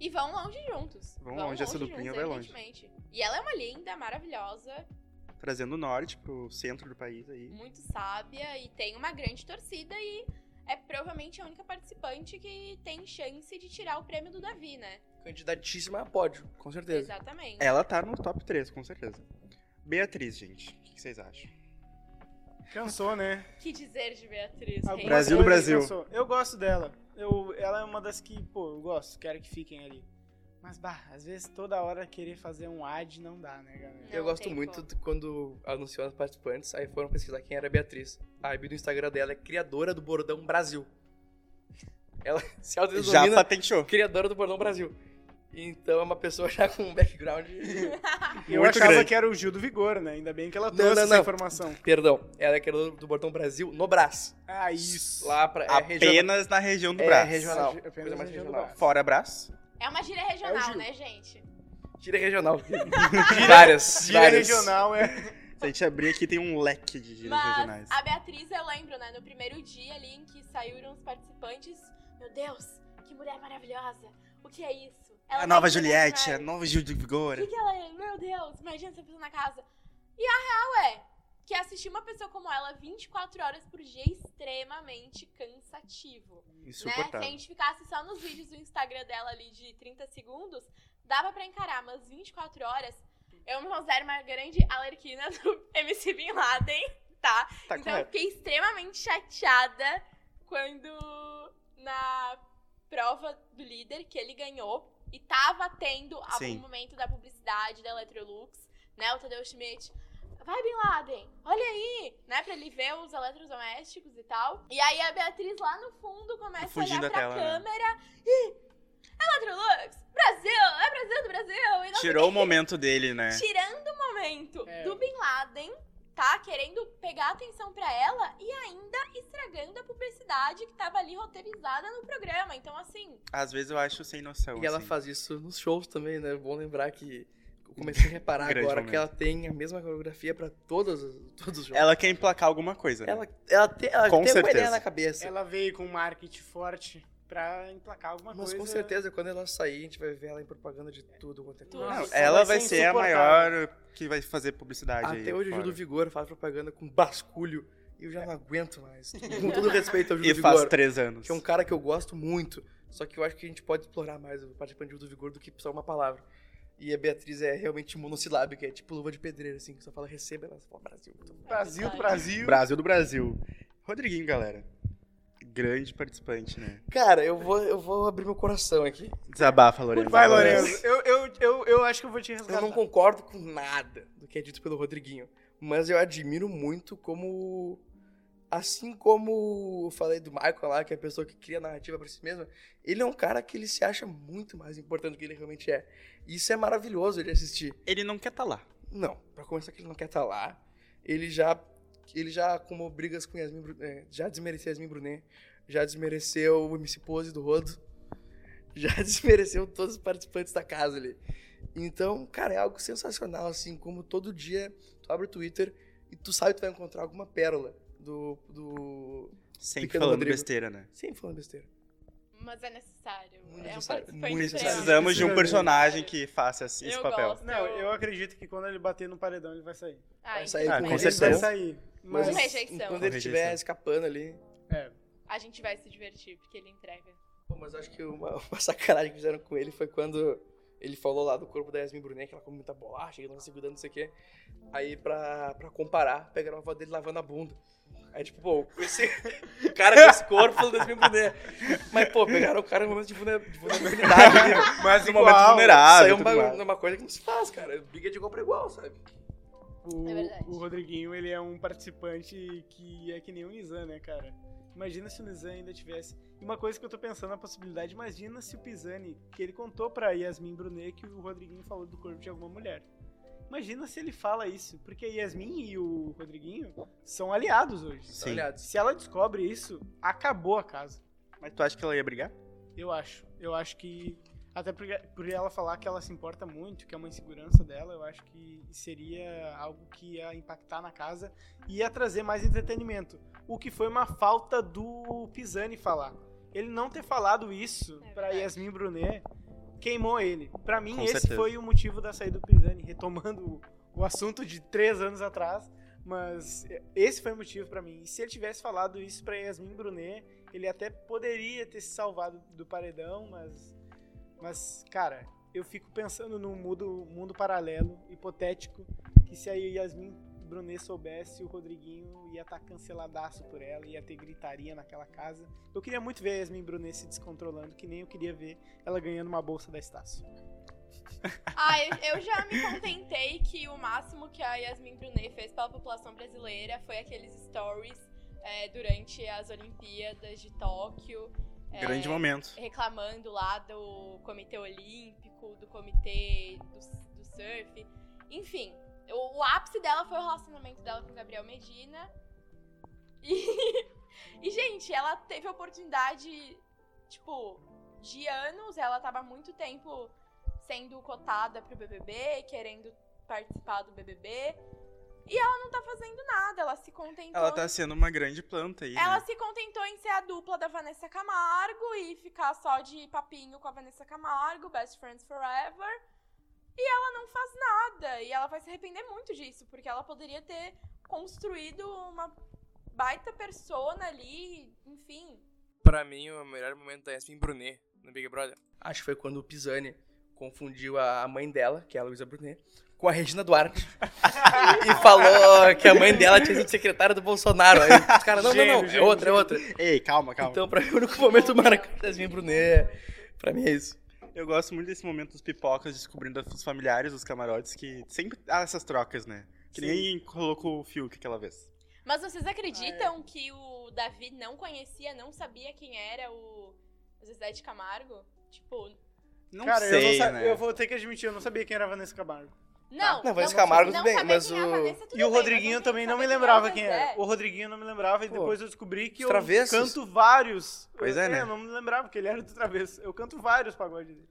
S2: E vão longe juntos.
S1: Vão longe, essa duplinha vai longe.
S2: evidentemente. E ela é uma linda, maravilhosa,
S1: Trazendo o norte pro centro do país aí.
S2: muito sábia e tem uma grande torcida e é provavelmente a única participante que tem chance de tirar o prêmio do Davi, né?
S3: Candidatíssima a pódio, com certeza.
S2: Exatamente.
S1: Ela tá no top 3, com certeza. Beatriz, gente, o que que vocês acham?
S5: Cansou, né?
S2: Que dizer de Beatriz Reis?
S5: Algumas
S1: Ah, Brasil do
S5: coisas
S1: Brasil.
S5: cansou. Eu gosto dela. Eu, ela é uma das que, pô, eu gosto, quero que fiquem ali. Mas, bah, às vezes toda hora querer fazer um ad não dá, né, galera?
S2: Não
S3: eu gosto
S2: tem
S3: muito
S2: como.
S3: de quando anunciou as participantes, aí foram pesquisar quem era a Beatriz. A bio do Instagram dela é criadora do bordão Brasil. Ela se
S1: Já
S3: autodenomina
S1: patenteou.
S3: criadora do bordão Brasil. Então é uma pessoa já com um background...
S5: Eu
S1: Muito
S5: achava
S1: grande.
S5: que era o Gil do Vigor, né? Ainda bem que ela
S3: Não,
S5: trouxe
S3: não,
S5: essa
S3: não.
S5: informação.
S3: Perdão, ela é criadora do bordão Brasil no Brás.
S5: Ah, isso.
S3: Lá pra... é regional.
S1: Apenas na região do
S3: É,
S1: braço.
S3: regional.
S5: Apenas
S3: Coisa mais
S5: região do
S3: regional.
S5: Braço.
S1: Fora braço.
S2: É uma gíria
S3: É o
S2: regional,
S3: Gil.
S2: né, gente?
S3: Gira regional. várias,
S5: Gíria
S3: várias.
S5: regional é.
S1: Se a gente abrir aqui, tem um leque de gírias
S2: Mas
S1: regionais.
S2: a Beatriz, eu lembro, né? No primeiro dia ali em que saíram os participantes, meu Deus, que mulher maravilhosa! O que é isso?
S1: A
S2: tá
S1: nova
S2: aqui no
S1: Juliette, a
S2: cenário.
S1: nova Gil de
S2: O
S1: Vigor.
S2: que, que ela é? Meu Deus, imagina essa pessoa na casa. E a real é que assistir uma pessoa como ela 24 horas por dia é extremamente cansativo. Né? Se a
S1: Insuportável.
S2: gente ficasse só nos vídeos do Instagram dela ali de 30 segundos, dava pra encarar, mas 24 horas, eu me considero uma grande alerquina do MC Bin Laden, tá?
S1: Tá
S2: então eu fiquei extremamente chateada quando na prova do líder que ele ganhou e tava tendo a-
S1: Sim.
S2: o momento da publicidade da Electrolux, né? O Tadeu Schmidt. Vai, Bin Laden, olha aí, né? Pra ele ver os eletrodomésticos e tal. E aí a Beatriz lá no fundo começa a olhar
S1: Fugindo da
S2: pra
S1: tela, né?
S2: câmera e. Electrolux, Brasil, é Brasil do Brasil! E não sei
S1: Tirou o momento dele, né?
S2: tirando o momento
S5: É.
S2: do Bin Laden, tá? Querendo pegar atenção pra ela e ainda estragando a publicidade que tava ali roteirizada no programa. Então, assim,
S1: Às vezes eu acho sem noção.
S3: E ela
S1: assim.
S3: faz isso nos shows também, né? Bom lembrar que eu comecei a reparar
S1: Grande
S3: agora
S1: momento.
S3: que ela tem a mesma coreografia pra todos, os- todos os shows.
S1: Ela quer emplacar alguma coisa. né?
S3: ela, ela tem, ela
S1: Com
S3: tem uma
S1: certeza.
S3: ideia na cabeça.
S5: Ela veio com um marketing forte pra emplacar alguma
S3: Mas
S5: coisa.
S3: com certeza, quando ela sair, a gente vai ver ela em propaganda de tudo quanto é
S5: Tudo.
S3: coisa.
S1: Não,
S5: Nossa,
S1: ela
S5: vai
S1: vai
S5: ser
S1: ser a
S5: insuportável.
S1: maior que vai fazer publicidade aí.
S3: Até hoje o
S1: fora.
S3: Júlio Vigor faz propaganda com basculho e eu já não aguento mais. Com todo respeito ao Júlio
S1: E
S3: Vigor.
S1: faz três anos.
S3: que é um cara que eu gosto muito, só que eu acho que a gente pode explorar mais o participante do Vigor do que só uma palavra. E a Beatriz é realmente monossilábica, é tipo luva de pedreiro, assim, que só fala receba, ela só fala Brasil. Então,
S5: Brasil do Brasil.
S1: Brasil do Brasil. Rodriguinho, galera. Grande participante, né?
S3: Cara, eu vou, eu vou abrir meu coração aqui.
S1: Desabafa, Lorenzo.
S5: Vai, Lourenço. Eu, eu, eu, eu acho que eu vou te
S3: Eu
S5: resgatar.
S3: não concordo com nada do que é dito pelo Rodriguinho, mas eu admiro muito como. Assim como eu falei do Michael lá, que é a pessoa que cria narrativa pra si mesma, ele é um cara que ele se acha muito mais importante do que ele realmente é. E isso é maravilhoso de assistir.
S1: Ele não quer estar lá.
S3: Não, pra começar que ele não quer estar lá. Ele já, ele já como brigas com Yasmin Bru- eh, já desmereceu Yasmin Brunet, já desmereceu o MC Pose do Rodo, já desmereceu todos os participantes da casa ali. Então, cara, é algo sensacional, assim, como todo dia tu abre o Twitter e tu sabe que tu vai encontrar alguma pérola do... do...
S1: Sempre
S3: Pequeno
S1: falando
S3: Rodrigo.
S1: besteira, né?
S3: Sempre falando besteira.
S2: Mas é necessário.
S3: Muito
S2: é um
S3: necessário,
S2: participante
S3: muito
S2: extremo.
S3: necessário.
S1: Precisamos de um personagem que faça esse esse
S2: Eu
S1: papel.
S2: gosto.
S5: Não, eu acredito que quando ele bater no paredão, ele vai sair.
S2: Ah,
S3: Vai
S2: então,
S3: sair
S1: Ah,
S3: com
S1: com
S5: ele vai
S1: certeza.
S5: sair.
S2: Com
S5: Mas,
S2: rejeição.
S3: Quando
S1: Com
S3: ele estiver
S1: rejeição.
S3: escapando ali...
S5: é,
S2: A gente vai se divertir, porque ele entrega.
S3: Pô, mas eu acho que uma, uma sacanagem que fizeram com ele foi quando ele falou lá do corpo da Yasmin Brunet, que ela come muita bolacha, que ela não se cuidando, não sei o quê. Aí, pra, pra comparar, pegaram a foto dele lavando a bunda. Aí, tipo, pô, esse o cara com esse corpo falando da Yasmin Brunet. Mas, pô, pegaram o cara no momento de vulner- de vulnerabilidade. né?
S1: Mas no
S3: Igual,
S1: Tá, momento
S3: Isso
S1: vulnerável.
S3: aí é um
S1: tudo
S3: bagulho-
S1: mais.
S3: uma coisa que não se faz, cara. Briga de igual pra igual, sabe?
S5: o,
S2: É verdade.
S5: o Rodriguinho, ele é um participante que é que nem o Nizam, né, cara? Imagina se o Nizam ainda tivesse. E uma coisa que eu tô pensando na possibilidade, imagina se o Pisani, que ele contou pra Yasmin Brunet que o Rodriguinho falou do corpo de alguma mulher. Imagina se ele fala isso, porque a Yasmin e o Rodriguinho são aliados hoje.
S1: Sim.
S3: Aliados.
S5: Se ela descobre isso, acabou a casa.
S1: Mas tu acha que ela ia brigar?
S5: Eu acho. Eu acho que. Até por, por ela falar que ela se importa muito, que é uma insegurança dela, eu acho que seria algo que ia impactar na casa e ia trazer mais entretenimento. O que foi uma falta do Pisani falar. Ele não ter falado isso
S2: É
S5: pra
S2: verdade.
S5: Yasmin Brunet queimou ele. Pra mim,
S1: Com
S5: esse
S1: certeza.
S5: foi o motivo da saída do Pisani, retomando o, o assunto de três anos atrás. Mas esse foi o motivo pra mim. E se ele tivesse falado isso pra Yasmin Brunet, ele até poderia ter se salvado do paredão, mas. Mas, cara, eu fico pensando num mundo, mundo paralelo, hipotético, que se a Yasmin Brunet soubesse, o Rodriguinho ia estar canceladaço por ela, ia ter gritaria naquela casa. Eu queria muito ver a Yasmin Brunet se descontrolando, que nem eu queria ver ela ganhando uma bolsa da Estácio.
S2: Ah, eu, eu já me contentei que o máximo que a Yasmin Brunet fez pela população brasileira foi aqueles stories é, durante as Olimpíadas de Tóquio. é,
S1: Grande momento.
S2: reclamando lá do Comitê Olímpico, do Comitê do, do Surf. Enfim, o, o ápice dela foi o relacionamento dela com o Gabriel Medina. E, e, gente, ela teve a oportunidade, tipo, de anos. Ela tava há muito tempo sendo cotada pro BBB, querendo participar do BBB. E ela não tá fazendo nada, ela se contentou
S1: Ela tá sendo uma grande planta aí.
S2: ela
S1: né?
S2: se contentou em ser a dupla da Vanessa Camargo e ficar só de papinho com a Vanessa Camargo, Best Friends Forever. E ela não faz nada. E ela vai se arrepender muito disso, porque ela poderia ter construído uma baita persona ali, enfim.
S6: Pra mim, o melhor momento da Yasmin Brunet no Big Brother.
S3: Acho que foi quando o Pisani confundiu a mãe dela, que é a Luísa Brunet, com a Regina Duarte. e falou que a mãe dela tinha sido secretária do Bolsonaro. Aí os caras, não, não, não, é
S5: Gênio,
S3: outra, é outra.
S1: Ei, calma, calma.
S3: Então, pra mim, o único momento marcante da Yasmin Brunet, pra mim é isso.
S1: Eu gosto muito desse momento dos pipocas descobrindo os familiares, os camarotes, que sempre há essas trocas, né? Que nem colocou o Fiuk aquela vez.
S2: Mas vocês acreditam que o Davi não conhecia, não sabia quem era o o Zezé de Camargo? Tipo,
S1: Não
S5: cara, eu,
S1: sei,
S5: não sa-
S1: né?
S5: eu vou ter que admitir, eu não sabia quem era a Vanessa Camargo.
S2: não.
S3: Tá. Não, Vanessa Camargo,
S2: não
S3: tudo bem,
S2: saber
S3: mas
S2: quem é a
S3: o-
S2: Vanessa, tudo
S5: E o
S2: bem, mas
S5: Rodriguinho
S2: não
S5: também não me
S2: saber quem é o
S5: lembrava quem
S2: Zezé.
S5: era. O Rodriguinho não me lembrava e
S3: Pô,
S5: depois eu descobri que
S3: os
S5: eu
S3: travessos.
S5: canto vários.
S1: Pois
S5: eu,
S1: é, né?
S5: Eu não me lembrava que ele era do Travesso. Eu canto vários pagodes. dele.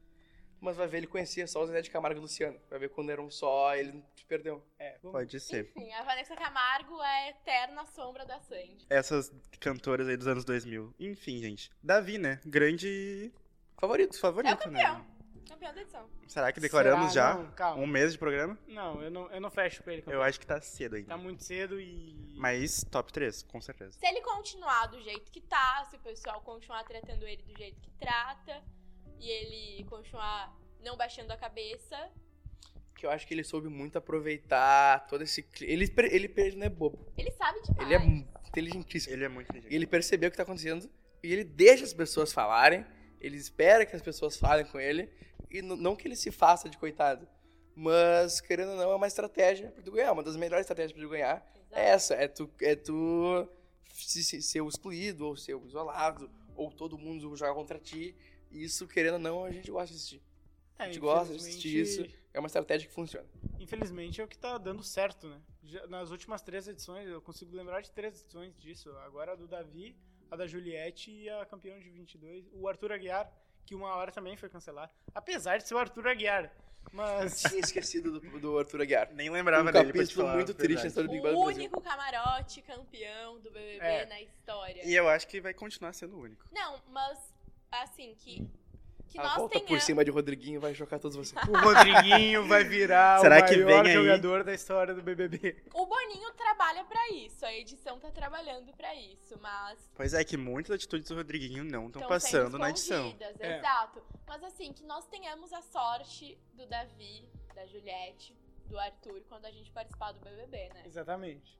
S3: Mas vai ver, ele conhecia só o Zé de Camargo e Luciano. Vai ver quando eram só, ele se perdeu. É, vamos-
S1: Pode ser.
S2: Enfim, a Vanessa Camargo é a eterna sombra da Sandy.
S1: Essas cantoras aí dos anos 2000. Enfim, gente. Davi, né? Grande
S3: Favorito.
S1: favorito,
S2: É o campeão.
S1: né?
S2: Campeão da edição.
S1: Será que declaramos
S5: Será?
S1: já?
S5: Não, calma.
S1: Um mês de programa?
S5: Não, eu não, eu não fecho com ele.
S1: Eu acho que tá cedo ainda.
S5: Tá muito cedo e.
S1: Mas top 3, com certeza.
S2: Se ele continuar do jeito que tá, se o pessoal continuar tratando ele do jeito que trata, e ele continuar não baixando a cabeça,
S3: Que eu acho que ele soube muito aproveitar todo esse... cli- Ele, pre- ele, pre- ele não é bobo.
S2: ele sabe demais.
S3: Ele é inteligentíssimo.
S1: Ele é muito inteligente.
S3: E ele percebeu o que tá acontecendo e ele deixa as pessoas falarem, ele espera que as pessoas falem com ele, e n- não que ele se faça de coitado, mas querendo ou não, é uma estratégia pra tu ganhar, uma das melhores estratégias pra tu ganhar é essa, é tu, é tu se- se- ser o excluído, ou ser o isolado, ou todo mundo jogar contra ti, e isso, querendo ou não, a gente gosta de assistir.
S5: É,
S3: a gente gosta de
S5: infelizmente-
S3: assistir isso, é uma estratégia que funciona.
S5: Infelizmente é o que tá dando certo, né? Já- nas últimas três edições, eu consigo lembrar de três edições disso. Agora a do Davi, a da Juliette e a campeã de 22, o Arthur Aguiar, que uma hora também foi cancelar. Apesar de ser o Arthur Aguiar. Mas.
S3: Tinha esquecido do, do Arthur Aguiar.
S1: Nem
S3: Um
S1: lembrava dele, pra te
S3: capítulo
S1: falar a
S3: muito triste na
S1: verdade.
S3: história do Big Brother
S2: O
S3: Brasil.
S2: único camarote campeão do BBB
S5: É.
S2: na história.
S1: E eu acho que vai continuar sendo o único.
S2: Não, mas assim, que, que
S3: a
S2: nós
S3: Ah,
S2: é
S3: volta
S2: tenhamos.
S3: por cima de Rodriguinho vai chocar todos vocês.
S5: tipo, O Rodriguinho vai virar
S1: Será
S5: o
S1: que
S5: maior
S1: vem aí?
S5: jogador da história do BBB.
S2: O Boninho trabalha pra isso, a edição tá trabalhando pra isso, mas
S1: Pois é, que muitas atitudes do Rodriguinho não estão
S2: tão
S1: passando
S2: sendo
S1: na edição.
S2: escondidas,
S5: É.
S2: Exato. Mas assim, que nós tenhamos a sorte do Davi, da Juliette, do Arthur, quando a gente participar do BBB, né?
S5: Exatamente.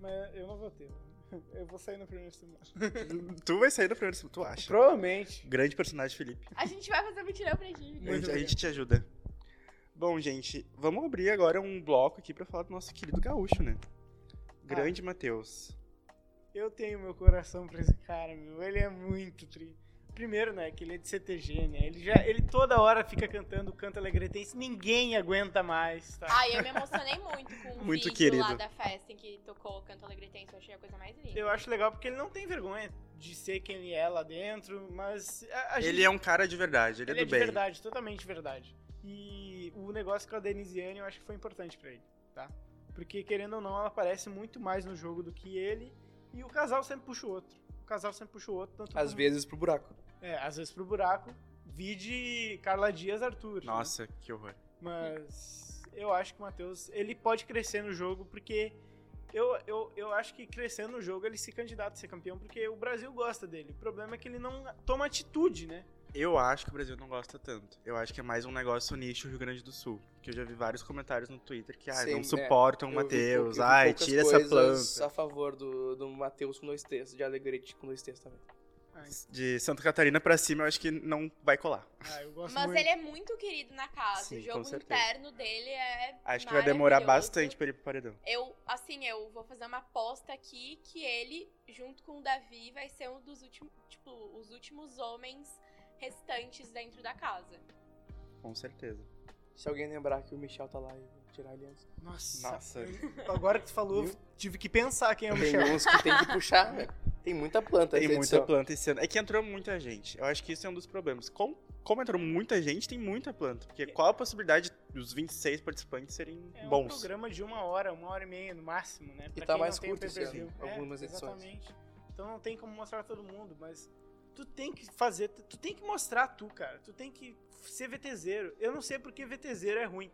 S5: Mas eu não vou ter. mano. Eu vou sair no primeiro semana.
S1: Tu vai sair do primeiro, segundo, tu acha?
S5: Provavelmente.
S1: Grande personagem, Felipe.
S2: A gente vai fazer mutirão pra
S1: A
S2: gente.
S5: Muito
S1: gente, a
S5: bem.
S1: gente te ajuda. Bom, gente, vamos abrir agora um bloco aqui pra falar do nosso querido gaúcho, né? Grande Matheus.
S5: Eu tenho meu coração pra esse cara, meu. Ele é muito tri. Primeiro, né, que ele é de CTG, né? Ele já, ele toda hora fica cantando o canto alegretense, ninguém aguenta mais, tá?
S2: Ai, eu me emocionei muito com o
S1: Muito
S2: vídeo
S1: querido.
S2: lá da festa em que tocou o canto alegretense, eu achei a coisa mais linda.
S5: Eu acho legal porque ele não tem vergonha de ser quem ele é lá dentro, mas a, a
S1: Ele
S5: gente-
S1: é um cara de verdade, ele,
S5: ele
S1: é
S5: é
S1: do
S5: de
S1: bem.
S5: verdade, totalmente verdade. E o negócio com a Denisiane eu acho que foi importante pra ele, tá? Porque querendo ou não, ela aparece muito mais no jogo do que ele e o casal sempre puxa o outro. O casal sempre puxa o outro, tanto
S3: Às
S5: como-
S3: vezes pro buraco.
S5: É, às vezes pro buraco. Vide Carla Dias Arthur. né?
S1: Nossa, que horror.
S5: Mas eu acho que o Matheus, ele pode crescer no jogo, porque eu, eu, eu acho que crescendo no jogo ele se candidata a ser campeão, porque o Brasil gosta dele. O problema é que ele não toma atitude, né?
S1: Eu acho que o Brasil não gosta tanto. Eu acho que é mais um negócio nicho Rio Grande do Sul. Que eu já vi vários comentários no Twitter que, ah,
S3: Sim,
S1: não
S3: é.
S1: suportam o
S3: Eu vi pou- eu
S1: Matheus.
S3: vi
S1: Ai,
S3: poucas
S1: tira essa
S3: coisas
S1: planta.
S3: A favor do, do Matheus com dois textos, de Alegrete com dois textos também.
S1: De Santa Catarina pra cima, eu acho que não vai colar.
S5: Ah, eu gosto
S2: Mas
S5: muito.
S2: ele é muito querido na casa.
S1: Sim,
S2: o
S1: com
S2: jogo
S1: certeza.
S2: interno dele é.
S1: Acho que vai demorar
S2: maravilhoso.
S1: bastante pra ele ir pro paredão.
S2: Eu, assim, eu vou fazer uma aposta aqui que ele, junto com o Davi, vai ser um dos últimos, tipo, os últimos homens restantes dentro da casa.
S1: Com certeza.
S3: Se alguém lembrar que o Michel tá lá e tirar ele antes.
S5: Nossa,
S1: Nossa.
S5: agora que tu falou, eu tive que pensar quem é o Michel.
S3: Tem uns que tem que puxar, velho. Tem muita planta
S1: Tem
S3: essa
S1: muita
S3: edição.
S1: planta esse ano. É que entrou muita gente. Eu acho que isso é um dos problemas. Com- como entrou muita gente, tem muita planta. Porque qual a possibilidade dos 26 participantes serem
S5: É um
S1: bons?
S5: programa de uma hora, uma hora e meia no máximo, né?
S3: tá mais
S5: tem o
S3: curto esse
S5: pay-per-view. É,
S3: ano, algumas edições.
S5: Exatamente. Então não tem como mostrar todo mundo, mas tu tem que fazer, tu tem que mostrar tu, cara. Tu tem que ser VTZero. Eu não sei porque VTZero é ruim.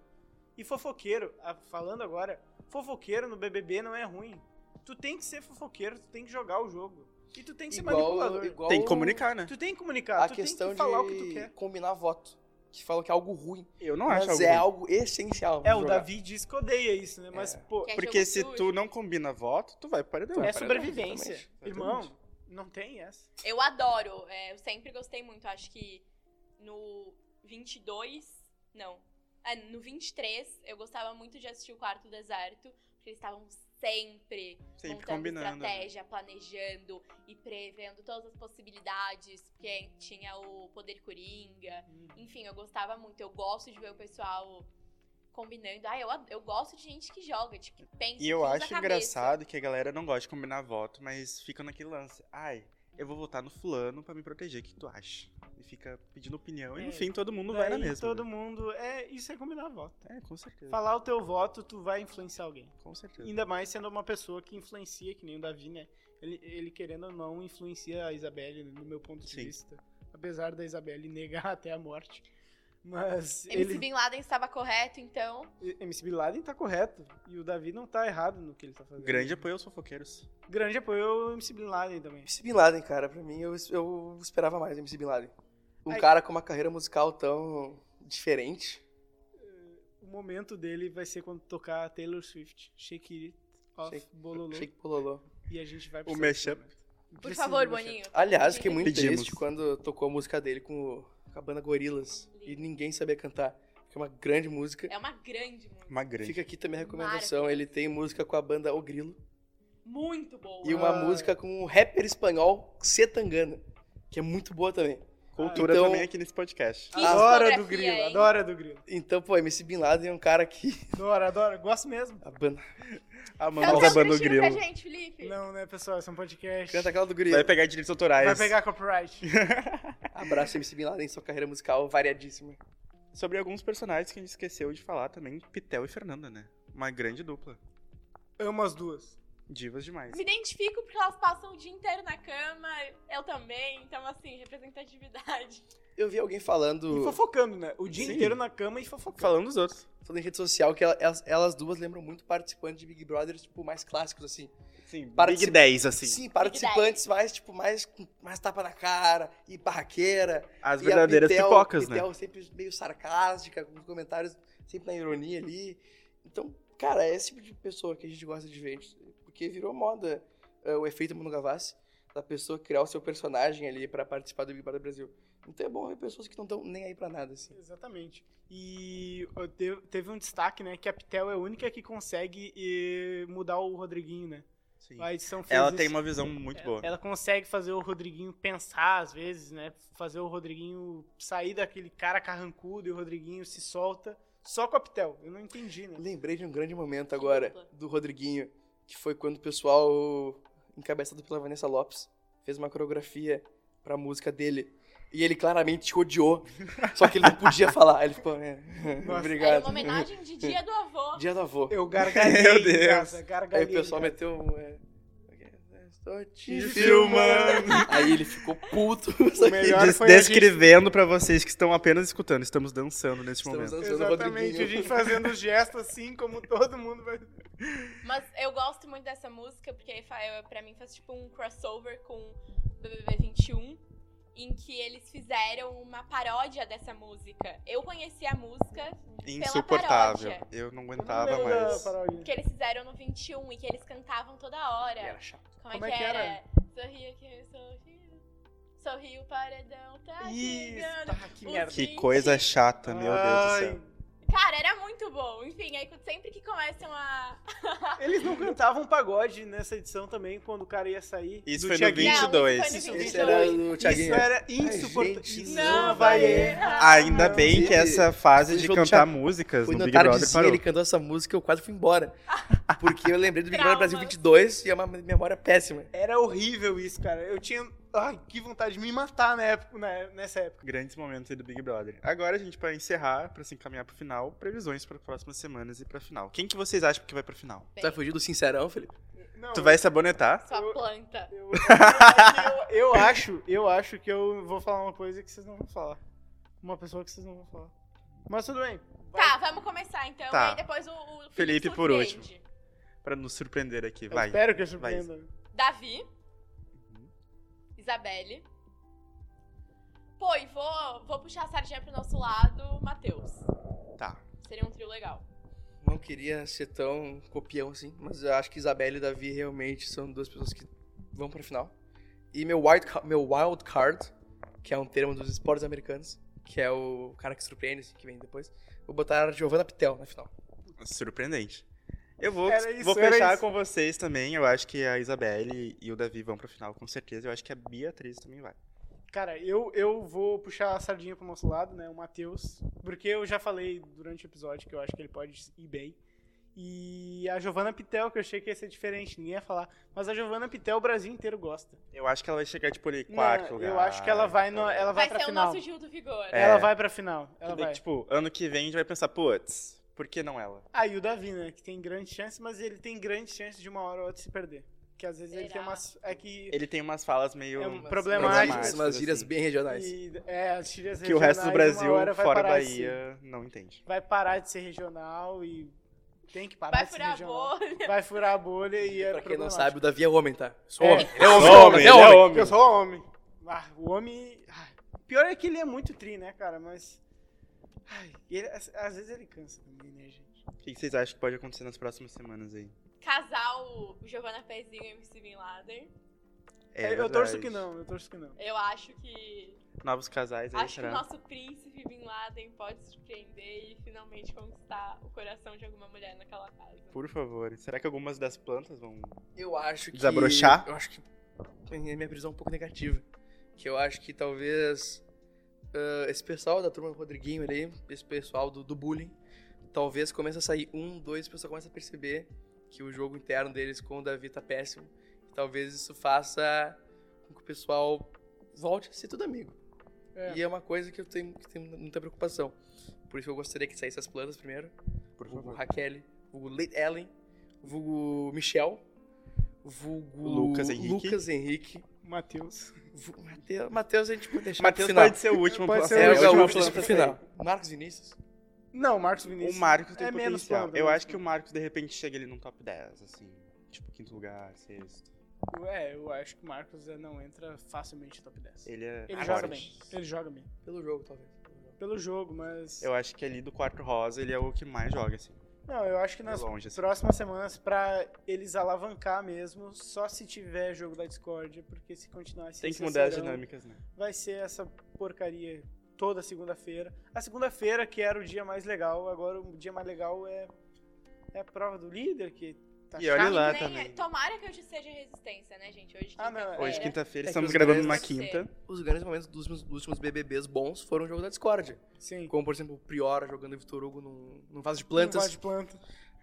S5: E fofoqueiro, ah, falando agora, fofoqueiro no BBB não é ruim. Tu tem que ser fofoqueiro, tu tem que jogar o jogo. E tu tem que ser manipulador.
S3: Igual, igual
S1: Tem que comunicar, né?
S5: Tu tem que comunicar,
S3: a
S5: tu
S3: questão
S5: tem que falar
S3: de
S5: o que tu quer.
S3: combinar voto. Que falam que é algo ruim.
S1: Eu não
S3: mas
S1: acho algo
S3: é
S1: ruim.
S3: algo essencial.
S5: É,
S3: pro
S5: o
S3: jogar.
S5: Davi diz que odeia isso, né? Mas,
S3: É.
S5: pô,
S2: Que é
S1: Porque
S2: jogo
S1: se
S2: sujo.
S1: tu não combina voto, tu vai pro paredão.
S5: É
S3: Paredão,
S5: sobrevivência.
S3: exatamente,
S5: Irmão, não tem essa.
S2: Eu adoro, é, eu sempre gostei muito. Acho que no 22, não, é, no 23, eu gostava muito de assistir o Quarto Deserto, porque eles estavam sempre,
S1: Sempre
S2: montando
S1: combinando, né?
S2: estratégia, planejando e prevendo todas as possibilidades, porque tinha o Poder Coringa. Enfim, eu gostava muito. Eu gosto de ver o pessoal combinando. Ah, eu, ad- eu gosto de gente que joga, de que pensa,
S1: E eu
S2: que usa a
S1: acho
S2: cabeça.
S1: engraçado que a galera não gosta de combinar voto, mas fica naquele lance. Ai, eu vou votar no fulano pra me proteger. O que tu acha? e fica pedindo opinião. E
S5: É,
S1: no fim todo mundo vai na
S5: Daí
S1: mesma.
S5: Todo
S1: né?
S5: mundo. É, isso é combinar voto.
S1: É, com certeza.
S5: Falar o teu voto, tu vai influenciar alguém.
S1: Com certeza.
S5: Ainda mais sendo uma pessoa que influencia, que nem o Davi, né? Ele, ele querendo ou não, influencia a Isabelle, no meu ponto de
S1: Sim.
S5: vista. Apesar da Isabelle negar até a morte. Mas
S2: MC
S5: ele.
S2: Bin Laden estava correto, então.
S5: MC Bin Laden tá correto. E o Davi não tá errado no que ele tá fazendo.
S1: Grande apoio aos fofoqueiros.
S5: Grande apoio ao MC Bin Laden também.
S3: MC Bin Laden, cara, pra mim eu, eu esperava mais MC Bin Laden. Um
S5: Ai.
S3: cara com uma carreira musical tão diferente.
S5: O momento dele vai ser quando tocar Taylor Swift, Shake It Off,
S3: Shake-
S5: Bololô.
S3: Shake Pololô.
S5: E a gente vai
S1: O
S5: precisar desse
S1: mashup.
S5: momento.
S2: Por
S5: Precisa
S2: favor,
S5: do mashup.
S2: Boninho.
S3: Aliás, fiquei muito
S1: Pedimos.
S3: triste quando tocou a música dele com, o- com a banda Gorilas e ninguém sabia cantar. Que é uma grande música.
S2: É uma grande música.
S1: Uma grande.
S3: Fica aqui também a recomendação. Ele tem música com a banda O Grilo
S2: Muito boa.
S3: e uma
S5: Ah.
S3: música com o rapper espanhol Cetangana, que é muito boa também.
S1: Cultura
S3: Então-
S1: também aqui nesse podcast.
S2: Que
S5: Adora Então, do
S2: discografia,
S5: grilo,
S2: hein?
S5: adora do grilo.
S3: Então, pô, MC Bin Laden é um cara que
S5: Adora, adora. Gosto mesmo.
S3: a banda
S1: Amamos
S2: Canta
S1: a
S2: um
S1: banda do
S2: trechinho pra
S1: Grilo.
S2: gente, Felipe.
S5: Não, né, pessoal? Esse é um podcast.
S3: canta aquela do Grilo.
S1: Vai pegar direitos autorais.
S5: Vai pegar copyright.
S3: Abraço MC Bin Laden, sua carreira musical variadíssima.
S1: Sobre alguns personagens que a gente esqueceu de falar também, Pitel e Fernanda, né? Uma grande dupla.
S5: Amo as duas.
S1: Divas demais.
S2: Me identifico porque elas passam o dia inteiro na cama, eu também, então assim, representatividade.
S3: Eu vi alguém falando,
S5: E fofocando, né? O dia
S1: Sim.
S5: inteiro na cama e fofocando.
S1: Falando dos outros.
S3: falando em rede social que ela- elas, elas duas lembram muito participantes de Big Brother, tipo, mais clássicos, assim.
S1: Sim,
S3: Partici-
S1: Big 10, assim.
S3: Sim, participantes mais, tipo, mais, com- mais tapa na cara e barraqueira.
S1: As
S3: E a
S1: verdadeiras
S3: Pitel-
S1: pipocas, né?
S3: Pitel sempre meio sarcástica, com comentários sempre na ironia ali. Então, cara, é esse tipo de pessoa que a gente gosta de ver, porque virou moda é, o efeito Manu Gavassi, da pessoa criar o seu personagem ali pra participar do Big Brother Brasil. Então é bom ver pessoas que não estão nem aí pra nada, assim.
S5: Exatamente. E ó, te- teve um destaque, né? Que a Pitel é a única que consegue eh, mudar o Rodriguinho, né?
S1: Sim.
S5: A edição fez
S1: Ela
S5: isso.
S1: tem uma visão muito boa.
S5: É, Ela consegue fazer o Rodriguinho pensar às vezes, né? Fazer o Rodriguinho sair daquele cara carrancudo e o Rodriguinho se solta só com a Pitel. Eu não entendi, né?
S3: Lembrei de um grande momento agora
S2: dupla.
S3: do Rodriguinho, que foi quando o pessoal, encabeçado pela Vanessa Lopes, fez uma coreografia pra música dele. E ele claramente odiou, só que ele não podia falar. Ele ficou, é,
S5: Nossa.
S3: obrigado.
S2: Era uma homenagem de dia do avô.
S3: Dia do avô.
S5: Eu gargalhei,
S1: Meu Deus.
S5: Gaza,
S3: Aí
S5: gargalhei.
S3: o pessoal
S5: Gaza.
S3: meteu um. É, estou
S1: Te
S3: te filmando.
S1: filmando.
S3: Aí ele ficou puto.
S5: O melhor
S1: Des-
S5: foi a gente-
S1: descrevendo pra vocês que estão apenas escutando, estamos dançando neste
S3: Estamos
S1: momento.
S3: dançando o
S5: Exatamente, a
S3: Rodriguinho.
S5: gente fazendo gesto assim, como todo mundo vai.
S2: Mas eu gosto muito dessa música, porque fa- eu- pra mim faz tipo um crossover com o BBB 21, em que eles fizeram uma paródia dessa música. Eu conheci a música
S1: Insuportável.
S2: paródia.
S1: Eu não
S5: Eu
S1: aguentava
S5: não lembro da
S1: mais.
S5: paródia.
S2: que eles fizeram no 21 e que eles cantavam toda hora.
S3: Era chato.
S2: Como, é que era? Sorria que eu sorrio. Sorri o paredão, tá chegando.
S5: Isso, tá, que
S2: Os
S5: merda.
S1: Que
S2: 20.
S1: coisa chata, meu Deus do céu.
S2: Cara, era muito bom. Enfim, aí sempre que começam a.
S5: Ai, Eles não cantavam pagode nessa edição também, quando o cara ia sair.
S1: Isso
S5: do
S1: foi no
S5: Thiaguinho.
S1: 22.
S2: Não, isso foi no
S3: Esse era o
S5: Isso
S3: Thiaguinho.
S5: era
S3: Ai, gente,
S5: insuportável.
S3: isso não vai errar.
S1: Ainda
S5: Não,
S1: bem que
S3: inclusive,
S1: essa fase
S3: fui
S1: de
S3: no
S1: cantar
S3: Thiago-
S1: músicas
S3: Foi
S1: no
S3: na
S1: Big Brother
S3: tardezinha,
S1: parou.
S3: ele cantou essa música e eu quase fui embora. Porque eu lembrei do Big
S2: Traumas.
S3: Brother Brasil 22 e é uma memória péssima.
S5: Era horrível isso, cara. Eu tinha. Ai, que vontade de me matar na época, na- nessa época.
S1: Grandes momentos aí do Big Brother. Agora, gente, pra encerrar, pra se encaminhar pro final, previsões pra próximas semanas e pra final. Quem que vocês acham que vai pra final?
S3: Tu vai fugir do Sincerão, Felipe?
S5: Não,
S1: Tu vai sabonetar?
S2: Sua planta.
S5: Eu, eu- eu acho, eu acho que eu vou falar uma coisa que vocês não vão falar. Uma pessoa que vocês não vão falar. Mas tudo bem.
S2: Tá, vamos começar então.
S1: Tá.
S2: E aí depois o, o
S1: Felipe por
S2: surpreende.
S1: Pra nos surpreender aqui,
S5: Eu
S1: vai.
S5: espero que eu surpreenda.
S2: Davi.
S1: Uhum.
S2: Isabelle. Pô, e vou, vou puxar a sardinha pro nosso lado, Matheus.
S1: Tá.
S2: Seria um trio legal.
S3: Não queria ser tão copião assim, mas eu acho que Isabelle e Davi realmente são duas pessoas que vão pra final. E meu wild, ca- meu wild card, que é um termo dos esportes americanos, que é o cara que surpreende, assim, que vem depois, vou botar a Giovanna Pitel na final.
S1: Surpreendente. Eu vou,
S5: Era isso,
S1: vou
S5: era
S1: fechar
S5: isso.
S1: com vocês também. Eu acho que a Isabelle e o Davi vão pra final, com certeza. Eu acho que a Beatriz também vai.
S5: Cara, eu, eu vou puxar a sardinha pro nosso lado, né? O Matheus. Porque eu já falei durante o episódio que eu acho que ele pode ir bem. E a Giovanna Pitel, que eu achei que ia ser diferente, ninguém ia falar. Mas a Giovanna Pitel o Brasil inteiro gosta.
S1: Eu acho que ela vai chegar, tipo, ali, quarto
S5: Não,
S1: lugar.
S5: Eu acho que ela vai, no, ela vai,
S2: Vai,
S5: pra
S2: ser
S5: final.
S2: o nosso Gil do Vigor.
S1: É.
S5: Ela vai pra final.
S1: Ela
S5: Ela vai.
S1: Tipo, ano que vem a gente vai pensar, putz, por que não ela?
S5: Ah, e o Davi, né? Que tem grande chance, mas ele tem grande chance de uma hora ou outra se perder. Que às vezes ele
S2: Será?
S5: tem umas. É que.
S1: Ele tem umas falas meio.
S5: É um problemáticas,
S3: Problemáticas, umas gírias
S1: assim,
S3: bem regionais.
S5: e- é, as tiras
S1: Que o resto do
S5: regionais, uma
S1: Brasil,
S5: hora vai
S1: fora
S5: parar assim. de
S1: Bahia, não entende.
S5: ser- vai parar de ser regional e tem que parar
S2: Vai
S5: de ser
S2: furar a
S5: regional.
S2: bolha.
S5: Vai furar a bolha e
S3: Pra
S5: é
S3: quem não
S5: problemático.
S3: sabe, o Davi é homem, tá? Sou
S5: É.
S3: homem.
S1: É
S3: homem,
S1: ele é homem.
S5: Eu sou homem. Ah, o homem. ah, o pior é que ele é muito tri, né, cara? Mas. Ai, ele- às, às vezes ele cansa também, né, gente?
S1: O que vocês acham que pode acontecer nas próximas semanas aí?
S2: Casal o Giovanna Pezinho e o MC Bin Laden.
S1: É
S5: eu
S1: verdade.
S5: torço que não, eu torço que não.
S2: Eu acho que.
S1: Novos casais aí,
S2: acho
S1: será?
S2: que o nosso príncipe Bin Laden pode surpreender e finalmente conquistar o coração de alguma mulher naquela casa.
S1: Por favor. Será que algumas das plantas vão.
S3: Eu acho que.
S1: Desabrochar?
S3: Eu acho que. A minha prisão é um pouco negativa. Que eu acho que talvez. ah, esse pessoal da turma do Rodriguinho ali, esse pessoal do, do bullying, talvez comece a sair um, dois, o pessoal começa a perceber que o jogo interno deles com o Davi tá péssimo. Talvez isso faça com que o pessoal volte a ser tudo amigo.
S5: É.
S3: E é uma coisa que eu tenho, que tenho muita preocupação. Por isso eu gostaria que saísse as plantas primeiro
S1: Por
S3: vulgo
S1: favor.
S3: Raquel, vulgo Late Ellen, vulgo Michel, vulgo
S1: Lucas Henrique.
S3: Lucas Henrique,
S5: Matheus.
S3: vulgo Matheus, Matheus a gente pode deixar pro
S1: Matheus
S3: final.
S1: pode ser o último.
S5: Pode
S1: pode
S5: ser
S3: é,
S5: a
S3: o
S5: última
S3: Gaúcho deixa pro
S5: planta
S3: final. Marcos Vinícius.
S5: Não, Marcos
S1: O
S5: Vinícius.
S1: Marcos tem
S5: É menos
S1: potencial.
S5: planta,
S1: eu
S5: menos
S1: acho que o Marcos, de repente, chega ali num top 10, assim. Tipo, quinto lugar, sexto.
S5: É, eu acho que o Marcos é, não entra facilmente no top 10. Ele,
S1: Ele é.
S5: joga
S1: agora.
S5: bem. Ele joga bem.
S3: Pelo jogo, talvez.
S5: Pelo jogo, mas.
S1: Eu acho que ali do quarto rosa ele é o que mais joga, assim.
S5: Não, eu acho que nas
S1: longe, assim.
S5: próximas semanas, pra eles alavancar mesmo, só se tiver jogo da Discord, porque se continuar assim.
S1: Tem que
S5: vocês
S1: mudar as
S5: serão-
S1: dinâmicas, né?
S5: vai ser essa porcaria toda segunda-feira. A segunda-feira que era o dia mais legal, agora o dia mais legal é, é a prova do líder, que tá
S1: E olha
S5: chato.
S1: lá
S2: Nem-
S1: também.
S2: Tomara que hoje seja resistência, né, gente? Hoje
S5: Ah, não,
S2: quinta-feira.
S1: Hoje,
S3: É
S1: quinta-feira,
S3: que
S1: estamos
S3: os
S1: gravando
S3: grandes-
S1: uma quinta.
S3: Os grandes momentos dos últimos, dos últimos BBBs bons foram o jogo da Discord.
S5: Sim.
S3: Como, por exemplo, o Priora jogando Vitor Hugo num, num vaso de
S5: Não
S3: plantas.
S5: gosto de planta.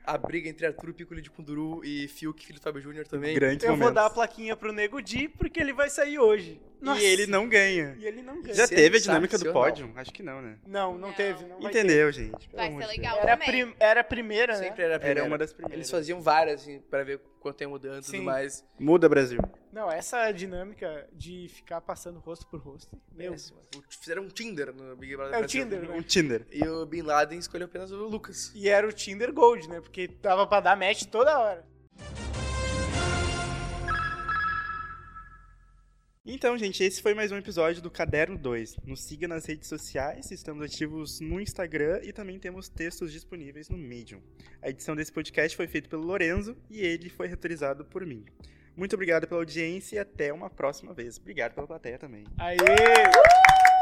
S3: A briga entre Arthur Piccoli de Kunduru e Fiuk, filho do Fábio Júnior também.
S1: Grandes
S5: Eu
S1: momentos.
S5: vou dar a plaquinha pro Nego Di, porque ele vai sair hoje. Nossa.
S1: E ele não ganha.
S5: E ele não ganha.
S1: Já
S3: Sensacional.
S1: teve a dinâmica do pódio? Acho que não, né?
S5: Não, não,
S2: Não.
S5: teve. Não vai
S1: Entendeu, gente? Pelo
S2: Vai
S1: amor
S2: ser
S1: de
S2: legal
S5: ter. Era, a
S2: também.
S5: prim- era a primeira, né?
S3: Sempre é. era a
S1: Deus.
S3: primeira.
S1: Era uma das primeiras.
S3: Eles faziam várias, assim, pra ver quanto ia mudando e
S5: Sim.
S3: tudo mais.
S1: Muda, Brasil.
S5: Não, essa dinâmica de ficar passando rosto por rosto. Meu,
S3: Péssimo. Fizeram um Tinder no Big Brother.
S5: é o
S3: Brasil.
S5: Tinder, né?
S1: Um Tinder.
S3: E o Bin Laden escolheu apenas o Lucas.
S5: E era o Tinder Gold, né? Porque dava pra dar match toda hora.
S1: Então, gente, esse foi mais um episódio do Caderno 2. Nos siga nas redes sociais, estamos ativos no Instagram e também temos textos disponíveis no Medium. A edição desse podcast foi feita pelo Lorenzo e ele foi retorizado por mim. Muito obrigado pela audiência e até uma próxima vez. Obrigado pela plateia também.
S5: Aê!